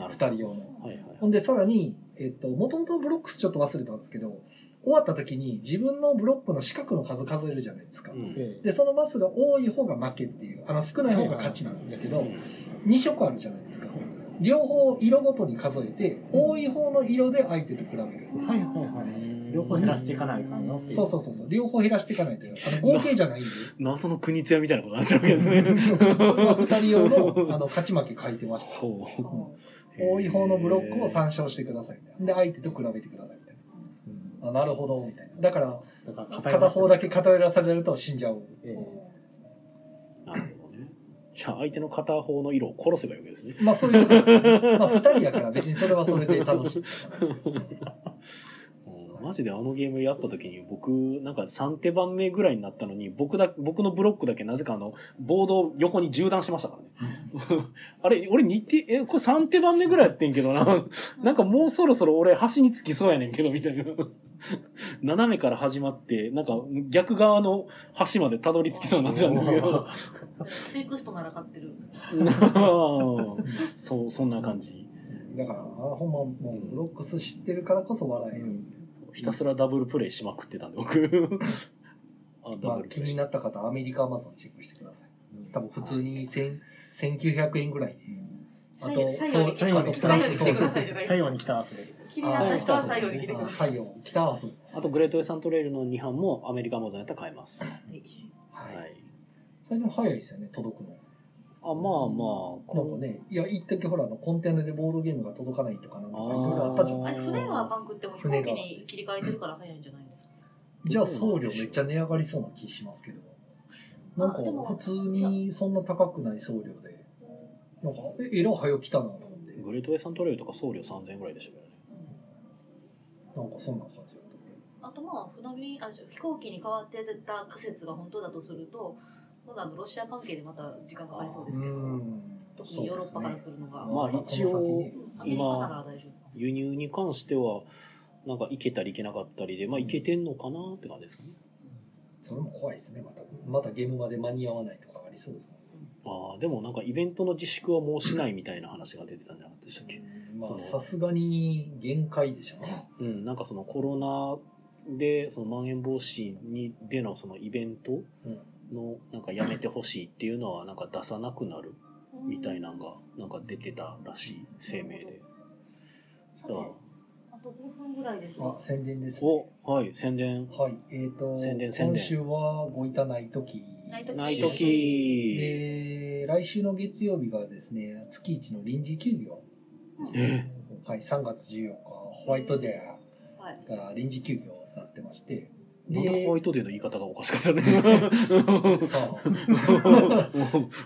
[SPEAKER 1] ど
[SPEAKER 4] 二人用の。
[SPEAKER 1] はいはい
[SPEAKER 4] ほんで、さらに、えっと、元々のブロックスちょっと忘れたんですけど、終わった時に自分のブロックの四角の数数えるじゃないですか。
[SPEAKER 1] うん。
[SPEAKER 4] で、そのマスが多い方が負けっていう、あの、少ない方が勝ちなんですけど、2色あるじゃないですか。両方色ごとに数えて、多い方の色で相手と比べる。
[SPEAKER 3] はいはいはい。両方減らしていかないかなってい
[SPEAKER 4] そうそうそうそう、両方減らしていかないという。あの、合計じゃないんで。
[SPEAKER 1] 謎の国津屋みたいなことになっちゃうわけですね。 [laughs]
[SPEAKER 4] 2人用のあの勝ち負け書いてました。
[SPEAKER 1] ほう。
[SPEAKER 4] 多い方のブロックを参照してくださいみたいな。で、相手と比べてくださいみたいな。あなるほど、みたいな。だから、
[SPEAKER 3] だから
[SPEAKER 4] 片方だけ偏らされると死んじゃう。
[SPEAKER 1] なるほどね。じゃあ、相手の片方の色を殺せばいいわけですね。
[SPEAKER 4] まあ、そういうことですね。まあ、二人やから別にそれはそれで楽しい。
[SPEAKER 1] うんマジであのゲームやった時に僕なんか3手番目ぐらいになったのに僕だ僕のブロックだけなぜかあのボードを横に縦断しましたからね [laughs] あれ俺2手えこれ3手番目ぐらいやってんけどななんかもうそろそろ俺端につきそうやねんけどみたいな斜めから始まってなんか逆側の端までたどり着きそうになってたんですけど
[SPEAKER 2] ツイクストなら勝ってる。
[SPEAKER 1] [laughs] そうそんな感じ
[SPEAKER 4] だから、あほんま、もうブロックス知ってるからこそ笑える。
[SPEAKER 1] ひたすらダブルプレイしまくってたんで僕 [laughs] あ
[SPEAKER 4] まあ、気になった方、アメリカアマゾンチェックしてください。多分普通に千1900円ぐらいで。あと、
[SPEAKER 2] 最後
[SPEAKER 4] そう
[SPEAKER 2] 最後に
[SPEAKER 4] そう
[SPEAKER 2] 最後に来てくださいじゃないです
[SPEAKER 3] 最
[SPEAKER 2] か。
[SPEAKER 3] 後に来た遊べる。
[SPEAKER 2] 気になった人は最後に来てくだ
[SPEAKER 4] あ
[SPEAKER 2] さい。
[SPEAKER 4] 採用、北はそうです。
[SPEAKER 1] あと、グレートエサントレイルの2版もアメリカモードやったら買えます。は
[SPEAKER 4] はいい。。それでも早いですよね、届くの。
[SPEAKER 1] あ、まあまあ、
[SPEAKER 4] なんか
[SPEAKER 1] こ
[SPEAKER 4] ね、いや、一時ほら、あのコンテナでボードゲームが届かないとかなんとか、いろいろあったじゃ
[SPEAKER 1] あ
[SPEAKER 4] な
[SPEAKER 2] あ
[SPEAKER 4] い
[SPEAKER 2] れ船がバンクっても飛行機に切り替えてるから早いんじゃないですか。
[SPEAKER 4] じゃあ送料めっちゃ値上がりそうな気しますけど。なんか
[SPEAKER 2] あでも
[SPEAKER 4] 普通にそんな高くない送料で、なんか、え、えらい早起きたなと思って、
[SPEAKER 1] グレートウェイサントレールとか送料3000円ぐらいでしたけどね。
[SPEAKER 4] なんかそんな感じだった。
[SPEAKER 2] あとまあ船便あじゃあ飛行機に変わってた仮説が本当だとすると今度あのロシア関係でまた時間かかりそうですけど、特にヨーロッパから来るのが、
[SPEAKER 1] まあ一応
[SPEAKER 2] アメリカなら大丈
[SPEAKER 1] 輸入に関しては、なんか行けたり行けなかったりで、まあ行けてんのかなって感じですかね。
[SPEAKER 4] それも怖いですね、また。また現場で間に合わないとかありそうですもん
[SPEAKER 1] ああ、でもなんかイベントの自粛はもうしないみたいな話が出てたんじゃなかったでしたっけ。
[SPEAKER 4] ね。ま
[SPEAKER 1] そ
[SPEAKER 4] あ、
[SPEAKER 1] の
[SPEAKER 4] さすがに限界でしょうね。
[SPEAKER 1] うん、なんかそのコロナで、そのまん延防止にでのそのイベント
[SPEAKER 4] うん
[SPEAKER 1] のなんかやめてほしいっていうのはなんか出さなくなる
[SPEAKER 2] 夫
[SPEAKER 1] みたいなのがなんか出てたらしい声明で。
[SPEAKER 2] さてあと5分ぐらいですが
[SPEAKER 4] あ、宣伝です、ね。
[SPEAKER 1] お、はい、宣伝。
[SPEAKER 4] はい、えっ、と、
[SPEAKER 1] 宣伝宣伝
[SPEAKER 4] 今週はごいたないとき。
[SPEAKER 2] ない時
[SPEAKER 1] ないとき。
[SPEAKER 4] で、来週の月曜日がですね、月一の臨時休業。
[SPEAKER 1] え
[SPEAKER 4] はい、3月14日、ホワイトデ
[SPEAKER 2] はい
[SPEAKER 4] ーが臨時休業になってまして。
[SPEAKER 1] なんでホワイトデーの言い方がおかしかったね。
[SPEAKER 4] さあ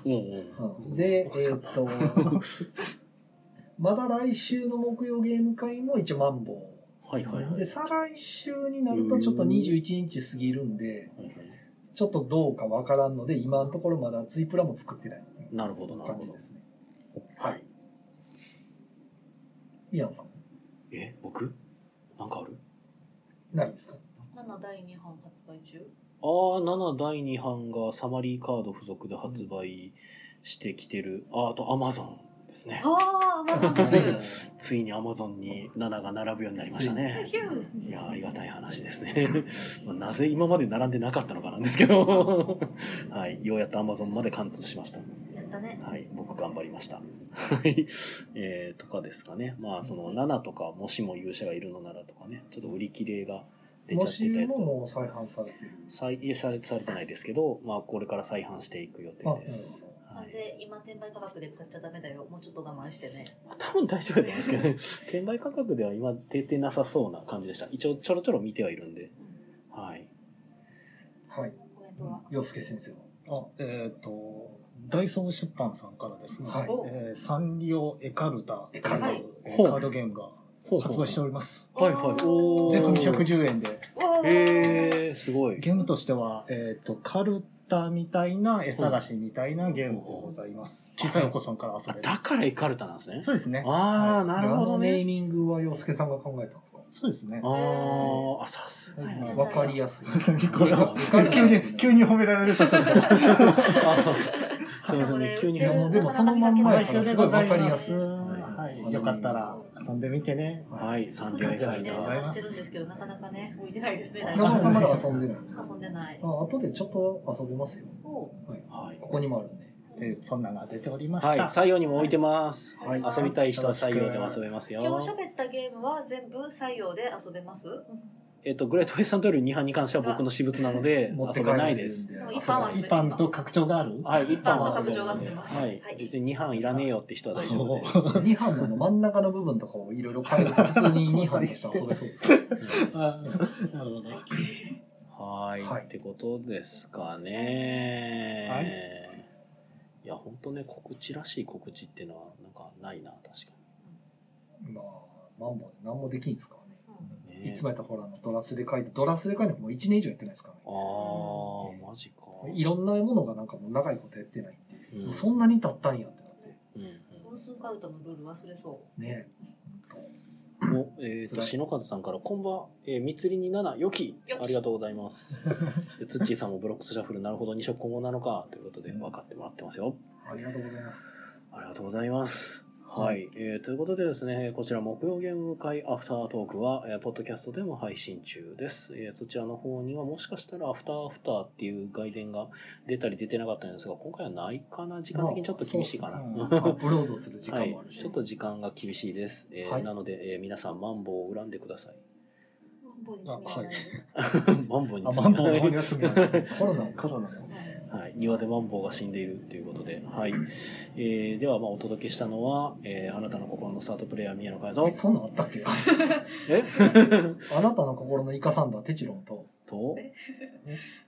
[SPEAKER 1] うんうん [laughs] うんお、
[SPEAKER 4] でえ
[SPEAKER 1] かしか
[SPEAKER 4] ー
[SPEAKER 1] っ
[SPEAKER 4] っと、まだ来週の木曜ゲーム会も一応マンボウ。
[SPEAKER 1] たはいはいはい。
[SPEAKER 4] で、再来週になるとちょっと21日過ぎるんで、
[SPEAKER 1] はいはい
[SPEAKER 4] ちょっとどうかわからんので、今のところまだツイプラも作ってないっていう
[SPEAKER 1] なるほどなる
[SPEAKER 4] 感
[SPEAKER 1] ほ
[SPEAKER 4] じ
[SPEAKER 1] ど
[SPEAKER 4] で。すね。はい。宮野さん、
[SPEAKER 1] え、僕なんかある
[SPEAKER 4] ないですか
[SPEAKER 2] 7第2版発売中
[SPEAKER 1] あー7第2版がサマリーカード付属で発売してきてる。あ、あとアマゾンですね。
[SPEAKER 2] ああ [laughs] まだ
[SPEAKER 4] つい
[SPEAKER 2] まだ
[SPEAKER 1] ついにアマゾンに7が並ぶようになりましたね。
[SPEAKER 2] ヒュー
[SPEAKER 1] いやー、ありがたい話ですね。 [laughs] まあなぜ今まで並んでなかったのかなんですけど。 [laughs] はい。ようやっとアマゾンまで貫通しました。
[SPEAKER 2] やったね
[SPEAKER 1] はい、僕頑張りました。はい。えーとかですかね。まあ、その、7とか、もしも勇者がいるのならとかね、ちょっと売り切れが出ち
[SPEAKER 4] も
[SPEAKER 1] ゃって
[SPEAKER 4] した
[SPEAKER 1] やつ
[SPEAKER 4] ももう再販されてる。
[SPEAKER 1] 再えされされてないですけど、まあ、これから再販していく予定です。
[SPEAKER 2] な
[SPEAKER 1] は
[SPEAKER 2] ん
[SPEAKER 1] い。
[SPEAKER 2] で今転売価格で買っちゃダメだよもうちょっと我慢してね
[SPEAKER 1] 多分大丈夫だと思うんですけどね。 [laughs] 転売価格では今出てなさそうな感じでした。一応、ちょろちょろ見てはいるんで。はい。
[SPEAKER 4] はい。
[SPEAKER 2] コメントは
[SPEAKER 4] 洋介先生は。
[SPEAKER 3] あ、えっ、と、ダイソー出版さんからですね、
[SPEAKER 4] はい
[SPEAKER 3] えーサンリオエカルタ
[SPEAKER 4] エカル
[SPEAKER 2] タ
[SPEAKER 3] というえ
[SPEAKER 1] ほう
[SPEAKER 3] ーカードゲームが
[SPEAKER 1] ほうほう
[SPEAKER 3] 発売しております。
[SPEAKER 1] はいはい。おー
[SPEAKER 3] 税込み110円で。
[SPEAKER 2] おー
[SPEAKER 1] へー、すごい。
[SPEAKER 3] ゲームとしては、えっ、と、カルタみたいな、絵探しみたいなゲームでございます。
[SPEAKER 1] うん
[SPEAKER 3] 小さいお子さんから遊
[SPEAKER 1] あ
[SPEAKER 3] べる。
[SPEAKER 1] だからエカルタなんですね。
[SPEAKER 3] そうですね。
[SPEAKER 1] ああ、なるほど
[SPEAKER 4] あのネ
[SPEAKER 1] ね
[SPEAKER 4] ー。ミングは洋介さんが考えたんですか
[SPEAKER 3] そうですね。
[SPEAKER 1] あーあ、さすが
[SPEAKER 3] はい
[SPEAKER 4] わかりやすい。
[SPEAKER 3] これは急に、急に褒められると
[SPEAKER 1] [laughs]
[SPEAKER 3] ちょっと。
[SPEAKER 1] [laughs] あすみませ
[SPEAKER 2] [laughs]
[SPEAKER 1] んね、急に
[SPEAKER 4] いやもうでもそのまんまやからすごいわかりやすいです。。
[SPEAKER 3] はい、よかったら遊んでみてね。
[SPEAKER 1] はいい、三
[SPEAKER 2] 僕
[SPEAKER 1] 両
[SPEAKER 2] ら
[SPEAKER 1] 以外
[SPEAKER 2] ね
[SPEAKER 1] だ。
[SPEAKER 2] 探してるんですけどなかなかね置いてないですね
[SPEAKER 4] 長尾さんまだ遊んでないんですか
[SPEAKER 2] 遊んでない
[SPEAKER 4] あ後でちょっと遊びますよ。
[SPEAKER 2] お
[SPEAKER 4] はい。
[SPEAKER 1] はい
[SPEAKER 4] ここにもあるんで。
[SPEAKER 3] でそんなのが出ておりました。
[SPEAKER 1] はい、採用にも置いてます。
[SPEAKER 4] はい
[SPEAKER 1] 遊びたい人は採用でも遊べます
[SPEAKER 2] 今
[SPEAKER 1] よ
[SPEAKER 2] 日。喋ったゲームは全部採用で遊べます
[SPEAKER 1] えっと、グレートウェイサントリー2班に関しては僕の私物なので、遊べないです。
[SPEAKER 2] もう一般は
[SPEAKER 3] 一般と拡張がある。
[SPEAKER 1] はい、一
[SPEAKER 2] 一
[SPEAKER 1] 班
[SPEAKER 2] 般
[SPEAKER 1] は
[SPEAKER 2] の
[SPEAKER 1] 遊べ
[SPEAKER 2] 拡
[SPEAKER 1] る
[SPEAKER 2] 張が
[SPEAKER 1] は
[SPEAKER 2] 遊べます
[SPEAKER 1] い、別に2班いらねえよって人は大丈夫で
[SPEAKER 3] お
[SPEAKER 1] す。
[SPEAKER 4] 二班の真ん中の部分とかをいろいろ変えると普通に二班として遊べそうです。
[SPEAKER 3] あなるほど。
[SPEAKER 1] はい、
[SPEAKER 4] はい
[SPEAKER 1] ってことですかね。い、や、本当ね、告知らしい告知っていうのは、なんかないな、確か
[SPEAKER 4] まあ、マンボウで何もできんですからね。
[SPEAKER 2] うん
[SPEAKER 1] に、ね。
[SPEAKER 4] いつもやったらほら、あのドラスで書いて、ドラスで書いてもう一年以上やってないですから
[SPEAKER 1] あ
[SPEAKER 4] ね。
[SPEAKER 1] ー、マジか。
[SPEAKER 4] いろんなものがなんかもう長いことやってないんで、
[SPEAKER 1] うん
[SPEAKER 4] そんなに経ったんやってなって。
[SPEAKER 1] うんうん
[SPEAKER 2] 分数カルタのルール忘れそ
[SPEAKER 4] ね
[SPEAKER 1] お、えっ、と、
[SPEAKER 4] 辛い
[SPEAKER 1] 篠和さんから、こんばん、えー、みつりに七よき
[SPEAKER 2] よき
[SPEAKER 1] ありがとうございます。でつっちーさんもブロックスシャッフル、なるほど、二色混合なのか、ということで、
[SPEAKER 4] うん
[SPEAKER 1] 分かってもらってますよ。
[SPEAKER 4] ありがとうございます。
[SPEAKER 1] ありがとうございます。はい、えーということでですね、こちら木曜ゲーム会アフタートークは、えーポッドキャストでも配信中です、えーそちらの方にはもしかしたらアフターアフターっていう外伝が出たり出てなかったんですが、今回はないかな時間的にちょっと厳しいかな。
[SPEAKER 3] あそうっすね
[SPEAKER 4] アップロードす
[SPEAKER 1] [laughs]
[SPEAKER 4] る時
[SPEAKER 1] は
[SPEAKER 4] 間
[SPEAKER 1] い
[SPEAKER 4] もある、し。
[SPEAKER 1] ちょっと時間が厳しいです。えー
[SPEAKER 4] はい
[SPEAKER 1] なので、えー皆さん、マンボウを恨んでください。
[SPEAKER 2] うマンボウに罪はない
[SPEAKER 1] マンボウに
[SPEAKER 3] あ、
[SPEAKER 1] ついて
[SPEAKER 3] マンボウの方には罪はない
[SPEAKER 4] コロナ
[SPEAKER 3] コロナの。
[SPEAKER 2] はい
[SPEAKER 1] [laughs] はい、庭でマンボウが死んでいるということで、はい。えーでは、まあ、お届けしたのは、えーあなたの心のスタートプレイヤー、宮野海
[SPEAKER 4] え、
[SPEAKER 1] 斗。
[SPEAKER 4] そんなんあったっけ
[SPEAKER 1] [laughs]
[SPEAKER 4] [laughs]
[SPEAKER 1] え
[SPEAKER 4] あなたの心のイカサンダー、テチロンと、
[SPEAKER 1] と、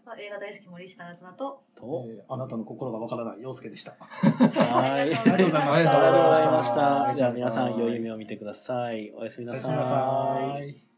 [SPEAKER 2] まあ、映画大好き森下夏菜と、
[SPEAKER 1] と、
[SPEAKER 3] えーあなたの心がわからない陽介でした。
[SPEAKER 1] はい。ありがとう
[SPEAKER 2] とうございました
[SPEAKER 1] ございまし
[SPEAKER 4] あ
[SPEAKER 1] た。
[SPEAKER 4] り
[SPEAKER 1] じゃ
[SPEAKER 4] が
[SPEAKER 1] あ
[SPEAKER 4] とうござい
[SPEAKER 1] 皆
[SPEAKER 4] ました
[SPEAKER 1] さん、良い夢を見てください。おやすみな
[SPEAKER 3] おやすみな
[SPEAKER 1] さ
[SPEAKER 3] さ
[SPEAKER 1] い
[SPEAKER 3] い。
[SPEAKER 4] はい。